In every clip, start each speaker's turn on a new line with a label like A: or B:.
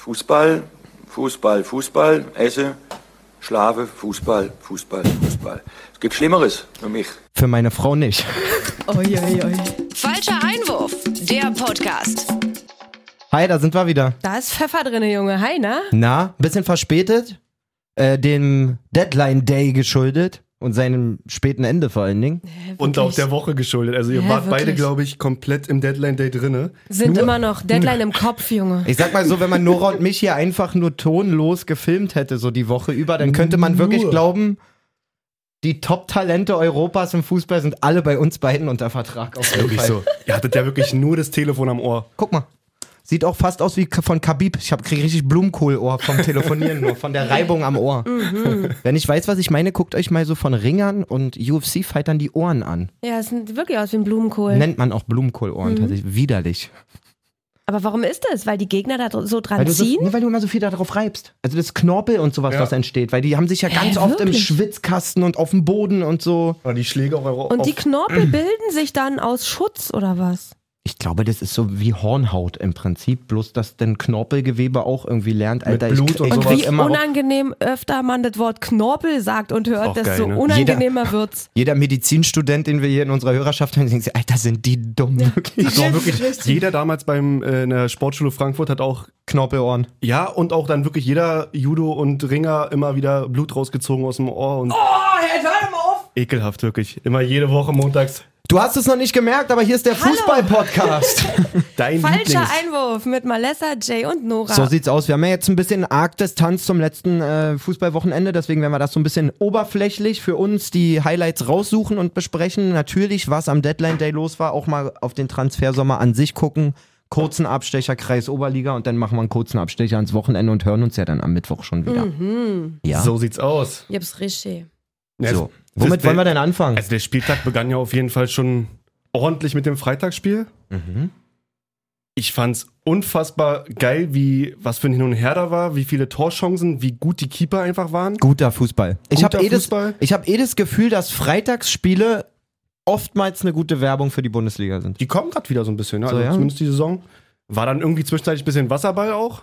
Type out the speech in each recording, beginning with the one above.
A: Fußball, Fußball, Fußball, Essen, Schlafen, Fußball, Fußball, Fußball. Es gibt Schlimmeres für mich.
B: Für meine Frau nicht.
C: Oi, oi, oi.
D: Falscher Einwurf, der Podcast.
B: Hi, da sind wir wieder.
C: Da ist Pfeffer drin, Junge. Hi, na?
B: Na, ein bisschen verspätet, äh, dem Deadline Day geschuldet und seinem späten Ende vor allen Dingen.
E: Und auch der Woche geschuldet. Also ihr
C: Hä,
E: wart beide,
C: wirklich?
E: glaube ich, komplett im Deadline Day drinne.
C: Sind immer noch Deadline im Kopf, Junge.
B: Ich sag mal so, wenn man Nora und mich hier einfach nur tonlos gefilmt hätte, so die Woche über, dann könnte man wirklich
E: Nur.
B: glauben, die Top-Talente Europas im Fußball sind alle bei uns beiden unter Vertrag. Auf jeden
E: Wirklich
B: Fall.
E: so. Ihr hattet ja wirklich nur das Telefon am Ohr.
B: Guck mal. Sieht auch fast aus wie K- von Kabib. Ich hab, krieg richtig Blumenkohlohr vom Telefonieren nur, von der Reibung am Ohr.
C: Mhm.
B: Wenn ich weiß, was ich meine, guckt euch mal so von Ringern und UFC-Fightern die Ohren an.
C: Ja, es sieht wirklich aus wie ein Blumenkohl.
B: Nennt man auch Blumenkohlohren
C: Mhm.
B: tatsächlich. Widerlich.
C: Aber warum ist das? Weil die Gegner da dr- so dran
B: Weil du, so,
C: ziehen?
B: nee, weil du immer so viel darauf reibst. Also das Knorpel und sowas,
E: Ja.
B: was entsteht. Weil die haben sich ja ganz
C: Hä,
B: oft im
C: wirklich?
B: Schwitzkasten und auf dem Boden und so.
E: Oder die Schläge auch eure
C: Und die
B: Oh.
E: auf-
C: Knorpel bilden sich dann aus Schutz oder was?
B: Ich glaube, das ist so wie Hornhaut im Prinzip. Bloß, dass denn Knorpelgewebe auch irgendwie lernt, Alter.
E: Blut
B: ich,
E: und
B: ich
C: Und
E: sowas.
B: krieg
C: wie
B: immer auf-
C: unangenehm öfter man das Wort Knorpel sagt und
E: Auch
C: hört,
E: geil,
C: desto
E: ne?
C: unangenehmer wird's.
B: Jeder Medizinstudent, den wir hier in unserer Hörerschaft haben, denkt sich, Alter, sind die dumm, wirklich.
E: Doch, wirklich. Jeder damals beim, äh, in der Sportschule Frankfurt hat auch,
B: Knorpelohren.
E: ja, und auch dann wirklich jeder Judo und Ringer immer wieder Blut rausgezogen aus dem Ohr. Und oh, hör mal auf! Ekelhaft, wirklich. Immer jede Woche montags
B: Du hast es noch nicht gemerkt, aber hier ist der
C: Hallo.
B: Fußball-Podcast.
E: dein
C: Falscher
E: Lieblings.
C: Einwurf mit Malessa, Jay und Nora.
B: so sieht's aus. Wir haben ja jetzt ein bisschen arg Distanz zum letzten äh, Fußballwochenende, deswegen werden wir das so ein bisschen oberflächlich für uns die Highlights raussuchen und besprechen. Natürlich, was am Deadline Day los war, auch mal auf den Transfersommer an sich gucken. Kurzen Abstecher Kreis Oberliga und dann machen wir einen kurzen Abstecher ans Wochenende und hören uns ja dann am Mittwoch schon wieder. Ja.
E: So sieht's aus.
C: Ich hab's richtig.
B: So. Womit wollen wir denn anfangen?
E: Also der Spieltag begann ja auf jeden Fall schon ordentlich mit dem Freitagsspiel.
B: Mhm.
E: Ich fand's unfassbar geil, wie was für ein Hin und Her da war, wie viele Torchancen, wie gut die Keeper einfach waren.
B: Guter Fußball. Ich habe
E: Guter
B: eh, das-
E: Fußball.
B: ich hab eh das Gefühl, dass Freitagsspiele oftmals eine gute Werbung für die Bundesliga sind.
E: Die kommen gerade wieder so ein bisschen, ne?
B: So,
E: also
B: ja.
E: zumindest die Saison. War dann irgendwie zwischenzeitlich ein bisschen Wasserball auch.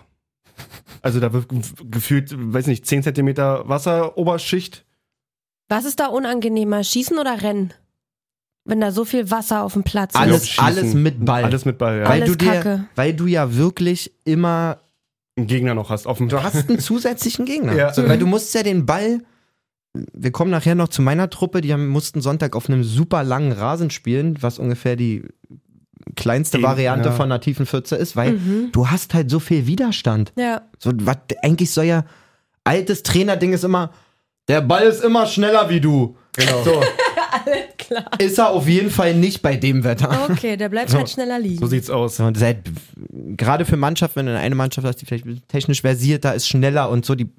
E: Also da wird gef- gefühlt, weiß nicht, 10 Zentimeter Wasseroberschicht.
C: Was ist da unangenehmer, schießen oder rennen? Wenn da so viel Wasser auf dem Platz
B: Alles-
C: ist.
E: Ich glaub, Schießen.
B: alles mit Ball.
E: Alles mit Ball, ja.
B: Weil
C: Alles
B: du, dir,
C: Kacke.
B: weil du ja wirklich immer,
E: Einen Gegner noch hast auf dem
B: du hast einen zusätzlichen Gegner.
E: Ja.
B: So, weil du musst ja den Ball, wir kommen nachher noch zu meiner Truppe, die haben, mussten Sonntag auf einem super langen Rasen spielen, was ungefähr die kleinste
E: Die-
B: Variante
E: ja.
B: von einer tiefen Pfütze ist, weil
C: Mhm.
B: du hast halt so viel Widerstand.
C: Ja.
B: So, was eigentlich soll ja altes Trainerding ist immer, der Ball ist immer schneller wie du. Genau. So.
C: Klar.
B: Ist er auf jeden Fall nicht bei dem Wetter.
C: Okay, der bleibt halt schneller liegen.
E: So sieht's aus.
B: Und seit, gerade für Mannschaften, wenn du eine Mannschaft hast, die vielleicht technisch versierter ist, schneller und so, die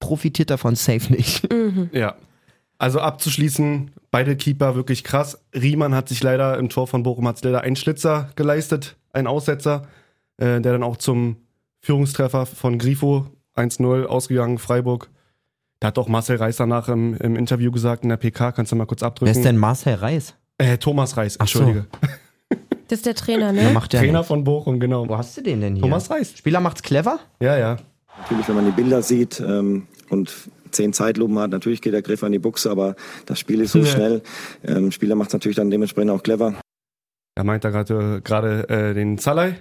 B: profitiert davon safe nicht.
E: Mhm. Ja. Also abzuschließen, beide Keeper wirklich krass. Riemann hat sich leider im Tor von Bochum hat sich leider einen Schlitzer geleistet, einen Aussetzer, äh, der dann auch zum Führungstreffer von Grifo 1-0 ausgegangen, Freiburg. Da hat auch Marcel Reis danach im, im Interview gesagt, in der PK, kannst du mal kurz abdrücken.
B: Wer ist denn Marcel Reis?
E: Äh, Thomas Reis,
B: Ach so.
E: entschuldige.
C: Das ist der Trainer,
B: Der
C: ne?
B: macht ja
E: Trainer
B: nichts.
E: von Bochum, genau.
B: Wo hast du den denn hier?
E: Thomas Reis.
B: Spieler macht's clever?
E: Ja, ja.
F: Natürlich, wenn man die Bilder sieht ähm, und zehn Zeitlupen hat, natürlich geht der Griff an die Buchse, aber das Spiel ist so
E: Nee.
F: schnell. Ähm, Spieler macht es natürlich dann dementsprechend auch clever.
E: Er meint da gerade gerade äh, den Zalai,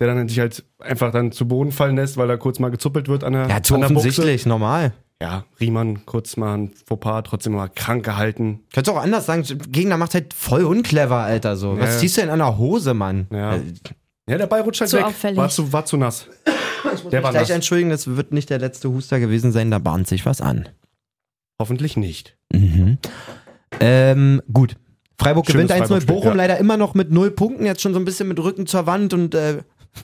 E: der dann sich halt einfach dann zu Boden fallen lässt, weil er kurz mal gezuppelt wird an der
B: Ja, zu
E: an der Buchse.
B: offensichtlich, normal.
E: ja, Riemann kurz mal ein Fauxpas, trotzdem mal krank gehalten.
B: Könntest du auch anders sagen, Gegner macht halt voll unclever, Alter, so. Was
E: Ja.
B: ziehst du denn an der Hose, Mann?
E: Ja.
B: Also,
E: Ja, der Ball rutscht halt
C: Zu
E: weg.
C: auffällig.
E: War zu, war zu nass. Der war
B: Gleich
E: nass.
B: entschuldigen, das wird nicht der letzte Huster gewesen sein, da bahnt sich was an.
E: Hoffentlich nicht.
B: Mhm. Ähm, gut. Freiburg
E: Schönes
B: gewinnt 1-0,
E: Freiburg-Spiel,
B: Bochum
E: ja.
B: leider immer noch mit 0 Punkten, jetzt schon so ein bisschen mit Rücken zur Wand und äh,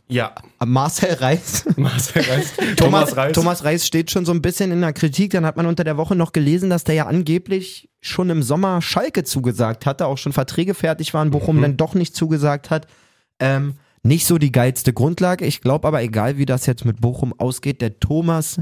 E: Ja.
B: Marcel Reis.
E: Marcel Reis. Thomas Reis.
B: Thomas Reis steht schon so ein bisschen in der Kritik, dann hat man unter der Woche noch gelesen, dass der ja angeblich schon im Sommer Schalke zugesagt hatte, auch schon Verträge fertig waren, Bochum dann doch nicht zugesagt hat. Ähm, nicht so die geilste Grundlage. Ich glaube aber, egal wie das jetzt mit Bochum ausgeht, der Thomas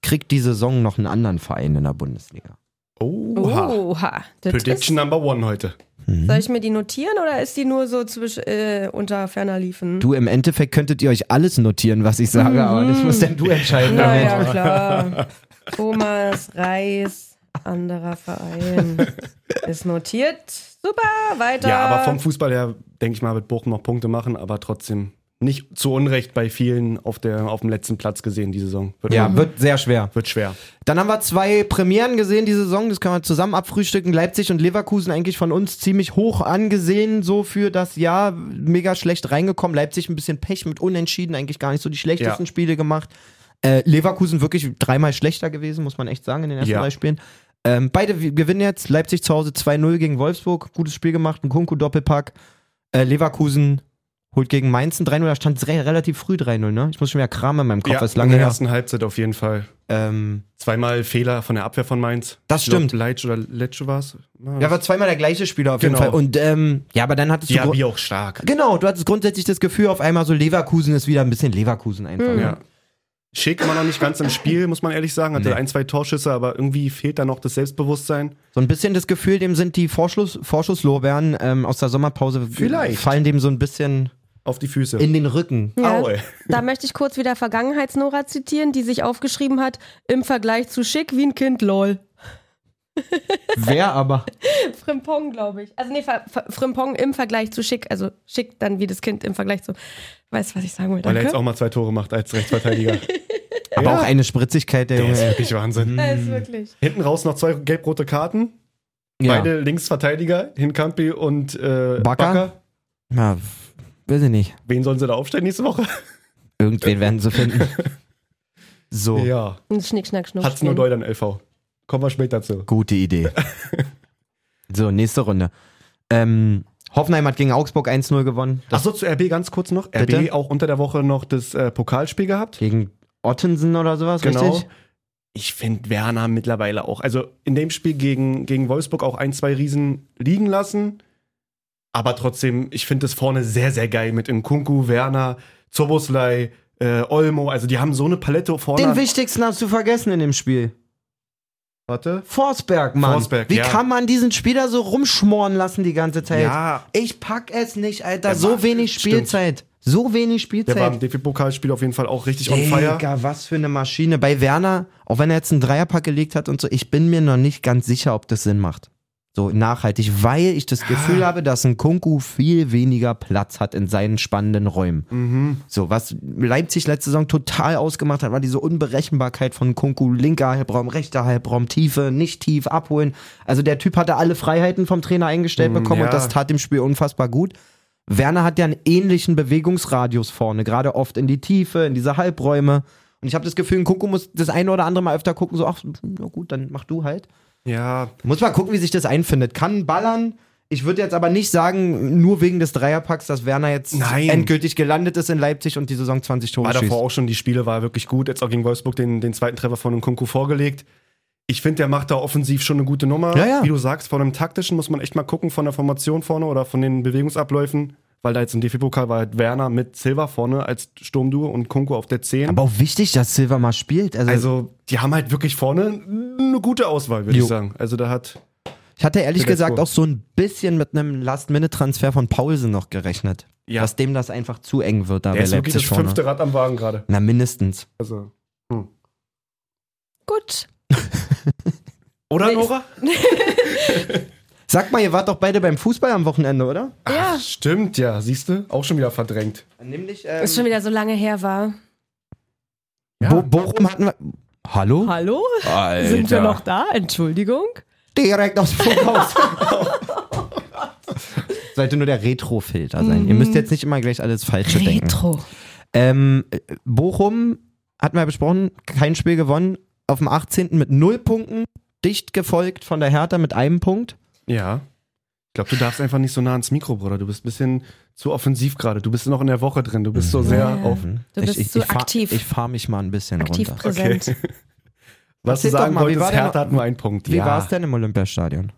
B: kriegt die Saison noch einen anderen Verein in der Bundesliga.
E: Oha.
C: Oha. Das
E: Prediction
C: ist,
E: number one heute.
C: Soll ich mir die notieren oder ist die nur so zwisch, äh, unter ferner liefen?
B: Du, im Endeffekt könntet ihr euch alles notieren, was ich sage, aber das musst dann du entscheiden.
C: naja, klar. Thomas Reis, anderer Verein. Ist notiert. Super, weiter.
E: Ja, aber vom Fußball her, denke ich mal, wird Bochum noch Punkte machen, aber trotzdem nicht zu Unrecht bei vielen auf, der, auf dem letzten Platz gesehen, die Saison. Wird,
B: Ja, wird sehr schwer.
E: wird schwer.
B: Dann haben wir zwei Premieren gesehen diese Saison, das können wir zusammen abfrühstücken. Leipzig und Leverkusen eigentlich von uns ziemlich hoch angesehen, so für das Jahr mega schlecht reingekommen. Leipzig ein bisschen Pech mit Unentschieden, eigentlich gar nicht so die schlechtesten
E: Ja.
B: Spiele gemacht. Äh, Leverkusen wirklich dreimal schlechter gewesen, muss man echt sagen, in den ersten
E: Ja.
B: drei Spielen. Ähm, beide w- gewinnen jetzt. Leipzig zu Hause 2-0 gegen Wolfsburg, gutes Spiel gemacht, ein Kunku-Doppelpack. Äh, Leverkusen holt gegen Mainz ein 3-0, da stand es re relativ früh 3-0, ne? Ich muss schon wieder Kram in meinem Kopf,
E: ja,
B: ist
E: in
B: lange
E: der
B: her.
E: ersten Halbzeit auf jeden Fall.
B: Ähm,
E: Zweimal Fehler von der Abwehr von Mainz.
B: Das
E: Ich glaub,
B: stimmt.
E: Leitsch oder Letsche war es.
B: Ja, war zweimal der gleiche Spieler auf jeden
E: Genau.
B: Fall. Und ähm, ja, aber dann hattest du.
E: ja,
B: gru-
E: wie auch stark.
B: genau, du hattest grundsätzlich das Gefühl, auf einmal so Leverkusen ist wieder ein bisschen Leverkusen einfach. ne?
E: Mhm. Ja. Schick immer noch nicht ganz im Spiel, muss man ehrlich sagen. Hatte
B: Nee.
E: ein, zwei Torschüsse, aber irgendwie fehlt da noch das Selbstbewusstsein.
B: So ein bisschen das Gefühl, dem sind die Vorschuss, Vorschusslorbeeren ähm, aus der Sommerpause
E: Vielleicht.
B: fallen dem so ein bisschen
E: Auf die Füße.
B: in den Rücken.
C: Ja,
E: Aue.
C: da möchte ich kurz wieder Vergangenheitsnora zitieren, die sich aufgeschrieben hat, im Vergleich zu schick wie ein Kind, lol.
B: Wer aber?
C: Frimpong, glaube ich. Also nee, Ver- Ver- Frimpong im Vergleich zu schick, also schick dann wie das Kind im Vergleich zu. Weißt du, was ich sagen wollte?
E: Weil er
C: Danke.
E: jetzt auch mal zwei Tore macht als Rechtsverteidiger.
B: Aber auch eine Spritzigkeit, der
E: Der ist
B: Junge.
E: wirklich Wahnsinn.
C: Das ist wirklich.
E: Hinten raus noch zwei gelb-rote Karten.
B: Ja.
E: Beide Linksverteidiger, Hinkampi und äh,
B: Bakker?
E: Bakker.
B: ja, weiß ich nicht.
E: Wen sollen sie da aufstellen nächste Woche?
B: Irgendwen werden sie finden. So,
E: Ja.
C: Ein Schnick, Schnack, Schnuck.
E: Hat's nur
C: spielen.
E: Deudern LV. Kommen wir später zu.
B: gute Idee. so, nächste Runde. Ähm, Hoffenheim hat gegen Augsburg 1-0 gewonnen.
E: Achso, zu RB ganz kurz noch.
B: Bitte?
E: RB auch unter der Woche noch das äh, Pokalspiel gehabt.
B: Gegen Ottensen oder sowas,
E: Genau.
B: richtig?
E: Ich finde Werner mittlerweile auch. Also in dem Spiel gegen, gegen Wolfsburg auch ein, zwei Riesen liegen lassen. Aber trotzdem, ich finde das vorne sehr, sehr geil mit Nkunku, Werner, Zoboslei, äh, Olmo. Also die haben so eine Palette vorne.
B: Den wichtigsten hast du vergessen in dem Spiel.
E: Warte.
B: Forsberg, Mann.
E: Forsberg,
B: Wie
E: ja.
B: kann man diesen Spieler so rumschmoren lassen die ganze Zeit?
E: Ja,
B: Ich pack es nicht, Alter.
E: Der
B: so
E: war-
B: wenig
E: stimmt.
B: Spielzeit. So wenig
E: der war im
B: Spielzeit.
E: DFB-Pokalspiel auf jeden Fall auch richtig on fire.
B: Digga, was für eine Maschine. Bei Werner, auch wenn er jetzt einen Dreierpack gelegt hat und so, ich bin mir noch nicht ganz sicher, ob das Sinn macht. So nachhaltig, weil ich
E: Ah.
B: das Gefühl habe, dass ein Kunku viel weniger Platz hat in seinen spannenden Räumen. So, was Leipzig letzte Saison total ausgemacht hat, war diese Unberechenbarkeit von Kunku. Linker Halbraum, rechter Halbraum, Tiefe, nicht tief, abholen. Also der Typ hatte alle Freiheiten vom Trainer eingestellt bekommen
E: ja.
B: und das tat dem Spiel unfassbar gut. Werner hat ja einen ähnlichen Bewegungsradius vorne, gerade oft in die Tiefe, in diese Halbräume. Und ich habe das Gefühl, ein Kunku muss das eine oder andere Mal öfter gucken, so, ach, na gut, dann mach du halt.
E: Ja,
B: Muss mal gucken, wie sich das einfindet. Kann ballern. Ich würde jetzt aber nicht sagen, nur wegen des Dreierpacks, dass Werner jetzt
E: Nein.
B: endgültig gelandet ist in Leipzig und die Saison 20 Tore
E: war
B: schießt.
E: davor auch schon, die Spiele war wirklich gut. Jetzt auch gegen Wolfsburg den, den zweiten Treffer von Nkunku vorgelegt. Ich finde, der macht da offensiv schon eine gute Nummer.
B: Ja, ja.
E: Wie du sagst, vor einem taktischen muss man echt mal gucken, von der Formation vorne oder von den Bewegungsabläufen. Weil da jetzt im DFB-Pokal war halt Werner mit Silva vorne als Sturmduo und Kunku auf der 10.
B: Aber auch wichtig, dass Silva mal spielt. Also,
E: also, die haben halt wirklich vorne eine gute Auswahl, würde
B: Jo.
E: ich sagen. Also, da hat
B: ich hatte ehrlich
E: Tedesco.
B: gesagt auch so ein bisschen mit einem Last-Minute-Transfer von Paulsen noch gerechnet.
E: Ja.
B: Dass dem das einfach zu eng wird, da
E: der
B: bei
E: ist wirklich das
B: Leipzig vorne.
E: fünfte Rad am Wagen gerade.
B: Na, mindestens.
E: Also.
C: Gut.
E: Oder,
C: Nee,
E: Nora?
B: Sag mal, ihr wart doch beide beim Fußball am Wochenende, oder?
C: Ja.
E: Stimmt, ja. Siehst du? Auch schon wieder verdrängt.
B: Nämlich,
C: Ist schon wieder so lange her war.
B: Bo Bochum hatten wir... Hallo?
C: Hallo?
B: Alter.
C: Sind wir noch da? Entschuldigung.
B: direkt aus dem Voraus. Sollte nur der Retro-Filter sein.
C: Mhm.
B: Ihr müsst jetzt nicht immer gleich alles Falsche denken. Ähm, äh, Bochum, hatten wir besprochen, kein Spiel gewonnen. Auf dem 18. mit 0 Punkten, dicht gefolgt von der Hertha mit einem Punkt.
E: Ja. Ich glaube, du darfst einfach nicht so nah ans Mikro, Bruder. Du bist ein bisschen zu offensiv gerade. Du bist noch in der Woche drin. Du bist so sehr
C: Ja.
E: auf.
C: Du bist zu
B: ich fahr-
C: aktiv.
B: Ich fahre mich mal ein bisschen
C: Aktiv
B: runter.
C: präsent.
E: Was
B: Erzähl
E: du sagen
B: doch mal, wie war
E: wolltest,
B: denn-
E: Hertha hat nur einen Punkt.
B: Wie
E: ja.
B: war es denn im Olympiastadion?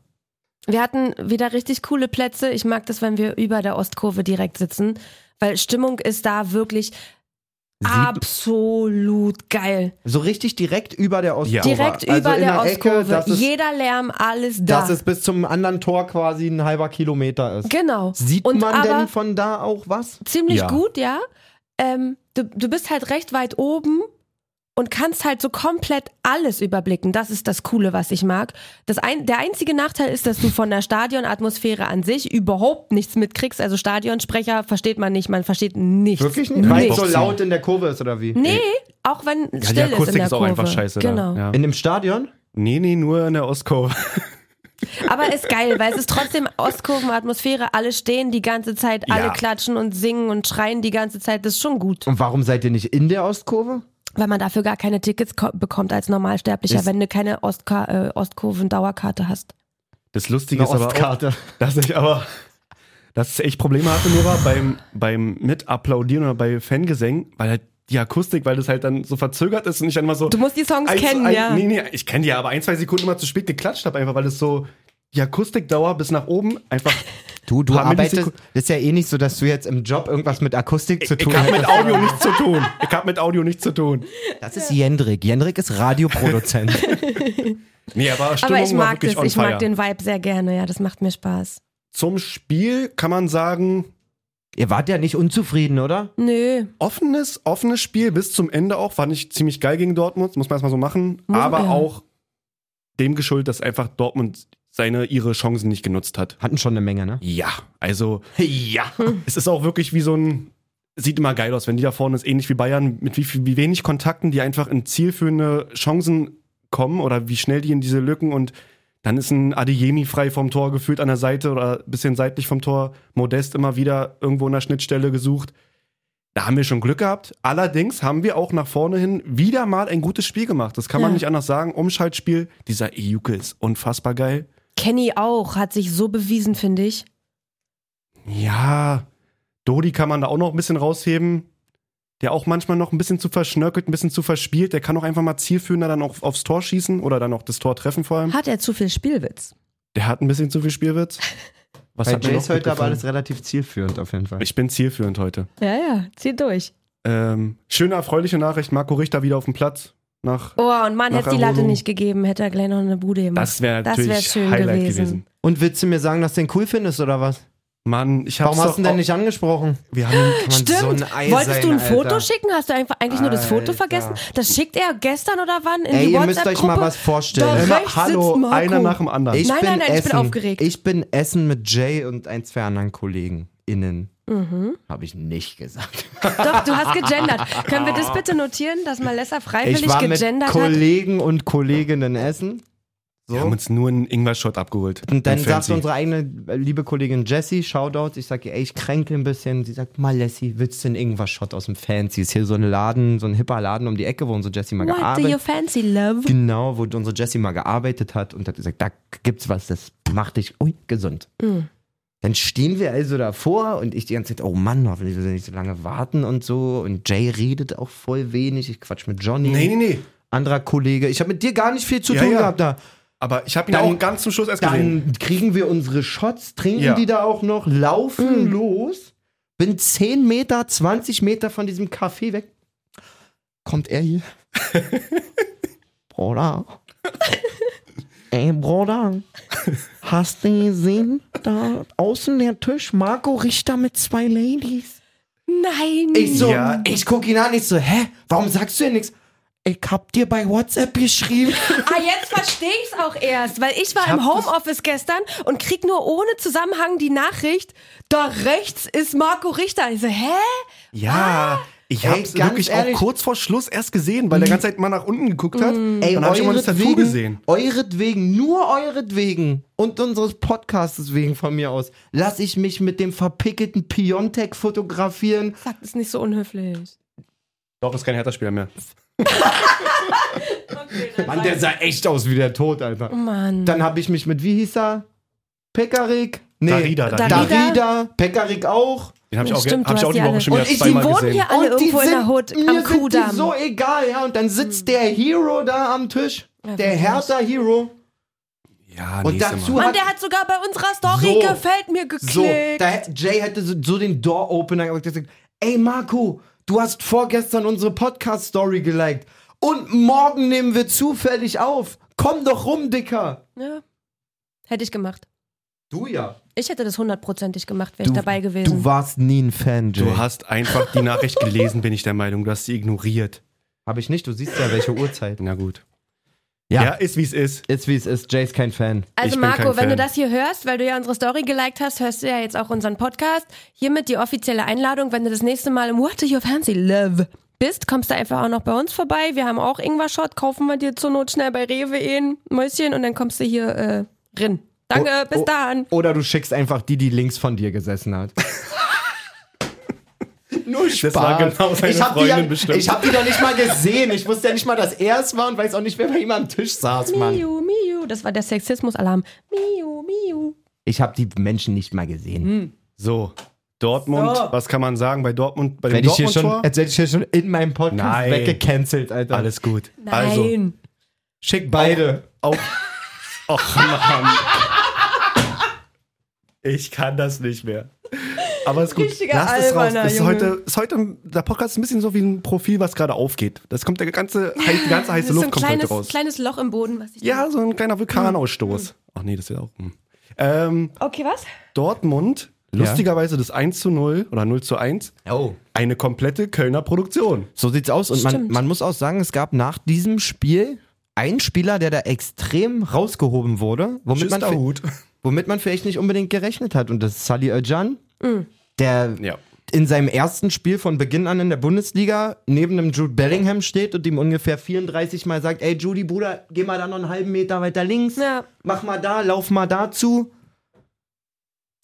C: Wir hatten wieder richtig coole Plätze. Ich mag das, wenn wir über der Ostkurve direkt sitzen, weil Stimmung ist da wirklich Absolut geil.
B: So richtig direkt über der Ostkurve.
E: Ja.
C: Direkt
B: also
C: über
B: in
C: der
B: Ecke,
C: Ostkurve.
B: dass es,
C: Jeder Lärm, alles da.
B: dass es bis zum anderen Tor quasi ein halber Kilometer ist.
C: genau.
B: Sieht
C: Und
B: man
C: aber
B: denn von da auch was?
C: ziemlich
E: Ja.
C: gut, ja. Ähm, du, du bist halt recht weit oben und kannst halt so komplett alles überblicken. Das ist das Coole, was ich mag. Das ein, der einzige Nachteil ist, dass du von der Stadionatmosphäre an sich überhaupt nichts mitkriegst. Also Stadionsprecher versteht man nicht, man versteht nichts.
B: nicht? Weil es
E: Nichts.
B: so laut in der Kurve ist oder wie?
C: Nee, auch wenn
E: Ja,
C: still
E: die
C: ist in
E: Akustik
C: der
E: ist auch
C: Kurve.
E: einfach scheiße.
C: genau.
E: Da. Ja.
B: In dem Stadion?
E: Nee, nee, nur in der Ostkurve.
C: Aber ist geil, weil es ist trotzdem Ostkurvenatmosphäre. Alle stehen die ganze Zeit, alle
E: Ja.
C: klatschen und singen und schreien die ganze Zeit. Das ist schon gut.
B: Und warum seid ihr nicht in der Ostkurve?
C: Weil man dafür gar keine Tickets ko- bekommt als Normalsterblicher,
B: Ist-
C: wenn du keine Ostka äh, Ostkurven-Dauerkarte hast.
E: Das Lustige ist aber auch, dass ich aber, dass ich echt Probleme hatte, nur war beim, beim Mitapplaudieren oder bei Fangesängen, weil halt die Akustik, weil das halt dann so verzögert ist und ich dann immer so.
C: Du musst die Songs
E: eins-
C: kennen,
E: Also ein,
C: ja.
E: Nee, nee, ich kenne die, aber ein, zwei Sekunden immer zu spät geklatscht habe, einfach weil es so die Akustikdauer bis nach oben einfach.
B: Du, du
E: Paar
B: arbeitest,
E: Millisekunden-
B: das ist ja eh nicht so, dass du jetzt im Job irgendwas mit Akustik zu
E: Ich
B: tun
E: habe
B: hast.
E: mit Audio nichts zu tun. Ich habe mit Audio nichts zu tun.
B: Das ist Jendrik. Jendrik ist Radioproduzent.
E: Nee, aber Stimmung
C: Aber ich
E: war
C: mag
E: wirklich
C: das,
E: on
C: ich
E: fire.
C: mag den Vibe sehr gerne, ja, das macht mir Spaß.
E: Zum Spiel kann man sagen,
B: ihr wart ja nicht unzufrieden, oder?
C: Nö,
E: offenes, offenes Spiel bis zum Ende auch. Fand ich ziemlich geil gegen Dortmund, muss man erstmal so machen.
C: Muss-
E: aber
C: ja.
E: auch dem geschuldet, dass einfach Dortmund seine, ihre Chancen nicht genutzt hat.
B: Hatten schon eine Menge, ne?
E: Ja, also
B: Ja.
E: es ist auch wirklich wie so ein. Sieht immer geil aus, wenn die da vorne ist, ähnlich wie Bayern, mit wie, viel- wie wenig Kontakten, die einfach in zielführende Chancen kommen oder wie schnell die in diese Lücken und dann ist ein Adeyemi frei vom Tor geführt an der Seite oder ein bisschen seitlich vom Tor. Modest immer wieder irgendwo in der Schnittstelle gesucht. Da haben wir schon Glück gehabt. Allerdings haben wir auch nach vorne hin wieder mal ein gutes Spiel gemacht. Das kann man
C: Ja.
E: nicht anders sagen. Umschaltspiel. Dieser Ejuke ist unfassbar geil.
C: Kenny auch, hat sich so bewiesen, finde ich.
E: Ja, Dodi kann man da auch noch ein bisschen rausheben. Der auch manchmal noch ein bisschen zu verschnörkelt, ein bisschen zu verspielt. Der kann auch einfach mal zielführender dann auch aufs Tor schießen oder dann auch das Tor treffen vor allem.
C: Hat er zu viel Spielwitz?
E: Der hat ein bisschen zu viel Spielwitz. Was
B: Bei
E: hat mir
B: Jay
E: noch
B: ist
E: gut
B: heute aber
E: gefallen?
B: alles relativ zielführend auf jeden Fall.
E: Ich bin zielführend heute.
C: Ja, ja, zieh durch.
E: Ähm, schöne, erfreuliche Nachricht. Marco Richter wieder auf dem Platz. Nach,
C: Oh, und Mann,
E: Nach
C: hätte die Latte
E: Erholung.
C: nicht gegeben, hätte er gleich noch eine Bude gemacht.
E: das wäre
C: Das wär
E: natürlich
C: schön
E: Highlight
C: gewesen.
E: gewesen.
B: Und willst du mir sagen, dass du den cool findest, oder was?
E: Mann, ich hab's
B: Warum hast du
E: doch
B: ihn denn
E: auch-
B: nicht angesprochen?
E: Wir haben,
C: Stimmt.
B: so ein Ei
C: Wolltest
B: sein,
C: du ein Foto
B: Alter.
C: schicken? Hast du einfach eigentlich nur das Foto
B: Alter.
C: vergessen? Das schickt er gestern oder wann in
B: Ey,
C: die
B: ihr müsst euch mal
C: WhatsApp-Gruppe?
B: was vorstellen.
C: Da
E: Immer
C: rechts sitzt
E: Hallo,
C: Marco.
E: einer nach dem anderen.
B: Ich
C: Nein,
B: bin
C: nein, nein, ich bin
B: Essen.
C: aufgeregt.
B: Ich bin Essen mit Jay und ein, zwei anderen Kollegen. Innen.
C: Mhm.
B: Habe ich nicht gesagt.
C: Doch, du hast gegendert. Können wir das bitte notieren, dass Malessa freiwillig
B: ich war mit
C: gegendert hat?
B: Kollegen und Kolleginnen essen. So.
E: wir haben uns nur einen Ingwer-Shot abgeholt.
B: Und dann
E: Ein
B: sagt
E: Fancy.
B: unsere eigene äh, liebe Kollegin Jessie, Shoutouts, ich sage ihr, ey, ich kränke ein bisschen. Sie sagt, mal Lessie, willst du denn irgendwas Shot aus dem Fancy? Ist hier so ein Laden, so ein hipper Laden um die Ecke, wo unsere Jessie mal
C: What do you
B: gearbeitet
C: fancy, love?
B: Genau, wo unsere Jessie mal gearbeitet hat und hat gesagt, da gibt's was, das macht dich ui, gesund. Dann stehen wir also davor und ich die ganze Zeit, oh Mann, hoffentlich will sie nicht so lange warten und so. Und Jay redet auch voll wenig. Ich quatsch mit Johnny,
E: Nee, nee, nee.
B: anderer Kollege. Ich habe mit dir gar nicht viel zu
E: Ja,
B: tun
E: ja.
B: gehabt da.
E: Aber ich habe ihn
B: Dann-
E: auch ganz zum Schluss erst gesehen.
B: Dann kriegen wir unsere Shots, trinken
E: Ja. Mhm.
B: die da auch noch, laufen los, bin 10 Meter, 20 Meter von diesem Café weg. Kommt er hier? Bruder. Ey, Bruder. Hast du gesehen? Da außen der Tisch, Marco Richter mit zwei Ladies.
C: Nein.
B: Ich so,
E: Ja.
B: ich guck ihn an, ich so, hä? Warum sagst du denn nichts? Ich hab dir bei WhatsApp geschrieben.
C: ah, jetzt verstehe ich es auch erst, weil ich war
B: Ich
C: im
B: hab das-
C: Homeoffice gestern und krieg nur ohne Zusammenhang die Nachricht, da rechts ist Marco Richter. Ich so, hä?
E: Ja, ich
B: Ah, Ey,
E: hab's
B: ganz
E: wirklich
B: ehrlich. Mhm.
E: auch kurz vor Schluss erst gesehen, weil der ganze Zeit mal nach unten geguckt hat.
B: Ey,
E: dann hab ich immer das Tattoo
B: euretwegen-
E: gesehen.
B: Euretwegen, nur euretwegen und unseres Podcastes wegen von mir aus, lass ich mich mit dem verpickelten Piontek fotografieren.
C: Sag das nicht so unhöflich.
E: Doch, ist kein härter Spieler mehr.
B: Mann, der sah echt aus wie der Tod, Alter.
C: Mann.
B: Dann habe ich mich mit, wie hieß er? Pekarik? Nee.
E: Darida, Darida.
B: Darida, Pekarik auch.
E: Den hab ich auch, ge-
C: Stimmt,
E: hab
C: du
E: ich
C: hast
E: auch die
C: die alle.
E: Woche schon
C: Und
E: wieder
B: ich- die
E: zweimal
C: wohnen
E: gesehen.
C: hier alle
B: und die
C: irgendwo in
B: sind,
C: der Hood,
B: mir
C: am
B: sind
C: Kudamm. Hm.
B: die so egal, ja. Und dann sitzt der Hero da am Tisch.
C: Ja,
B: der
C: wirklich.
B: Hertha-Hero.
E: Ja,
B: Und
E: nächste
B: dazu
E: Mal.
C: Mann, der hat sogar bei unserer Story
B: So.
C: gefällt mir geklickt.
B: So, da, hätt- Jay hätte so, so den Door-Opener gesagt, ey Marco, du hast vorgestern unsere Podcast-Story geliked. Und morgen nehmen wir zufällig auf. Komm doch rum, Dicker.
C: Ja. Hätte ich gemacht.
B: Du ja.
C: Ich hätte das hundertprozentig gemacht, wäre ich dabei gewesen.
B: Du warst nie ein Fan, Jay.
E: Du hast einfach die Nachricht gelesen, bin ich der Meinung. Du hast sie ignoriert.
B: Hab ich nicht, du siehst ja, welche Uhrzeit.
E: Na gut.
B: Ja.
E: Ja, ist wie es ist.
B: Ist wie es ist, Jay ist kein Fan.
C: Also
E: Ich bin
C: Marco,
E: kein
C: wenn du
E: Fan.
C: das hier hörst, weil du ja unsere Story geliked hast, hörst du ja jetzt auch unseren Podcast. Hiermit die offizielle Einladung, wenn du das nächste Mal im What Do You Fancy Love bist, kommst du einfach auch noch bei uns vorbei. Wir haben auch Ingwer-Shot, kaufen wir dir zur Not schnell bei Rewe ein Mäuschen und dann kommst du hier äh, rin. Danke,
B: Oh,
C: bis
B: oh.
C: dahin.
B: Oder du schickst einfach die, die links von dir gesessen hat. Nur Spaß.
E: war genau seine
B: ich hab die
E: Freundin
B: ja,
E: bestimmt.
B: Ich hab die doch nicht mal gesehen. Ich wusste ja nicht mal, dass er es war und weiß auch nicht, wer bei ihm am Tisch saß, Mann.
C: Miu, miu. Das war der Sexismus-Alarm. Miu, miu.
B: Ich hab die Menschen nicht mal gesehen.
E: So, Dortmund, was kann man sagen bei Dortmund? Bei dem
B: Wenn ich hier
E: Dortmund-Tor?
B: schon, als hätte ich hier schon in meinem Podcast
E: Nein.
B: weggecancelt, Alter.
E: Alles gut.
C: Nein.
E: Also,
B: Schick beide.
E: auch. Och, Mann. Ich kann das nicht mehr. Aber ist gut.
C: Richtiger
E: Lass es raus.
C: Alberner,
E: Das ist
C: Junge.
E: heute, ist heute, der Podcast ist ein bisschen so wie ein Profil, was gerade aufgeht. Das kommt der ganze, hei- die ganze
C: Das ist
E: heiße
C: so
E: Luft
C: ein
E: kommt heute
C: kleines,
E: raus.
C: kleines Loch im Boden, was ich
E: Ja, so ein kleiner
C: Mhm,
E: Vulkanausstoß. Ach nee, das ist ja auch. hm. Ähm,
C: Okay, was?
E: Dortmund, lustigerweise das 1 zu 0 oder 0 zu 1,
B: Oh.
E: eine komplette Kölner Produktion.
B: So sieht's aus. Und man,
C: Stimmt.
B: man muss auch sagen, es gab nach diesem Spiel einen Spieler, der da extrem rausgehoben wurde, womit, man, vi-
E: Hut.
B: womit man vielleicht nicht unbedingt gerechnet hat. Und das ist Sally Özcan, der
E: Ja.
B: in seinem ersten Spiel von Beginn an in der Bundesliga neben einem Jude Bellingham steht und ihm ungefähr 34 Mal sagt, ey Judy, Bruder, geh mal da noch einen halben Meter weiter links,
C: Ja.
B: mach mal da, lauf mal dazu.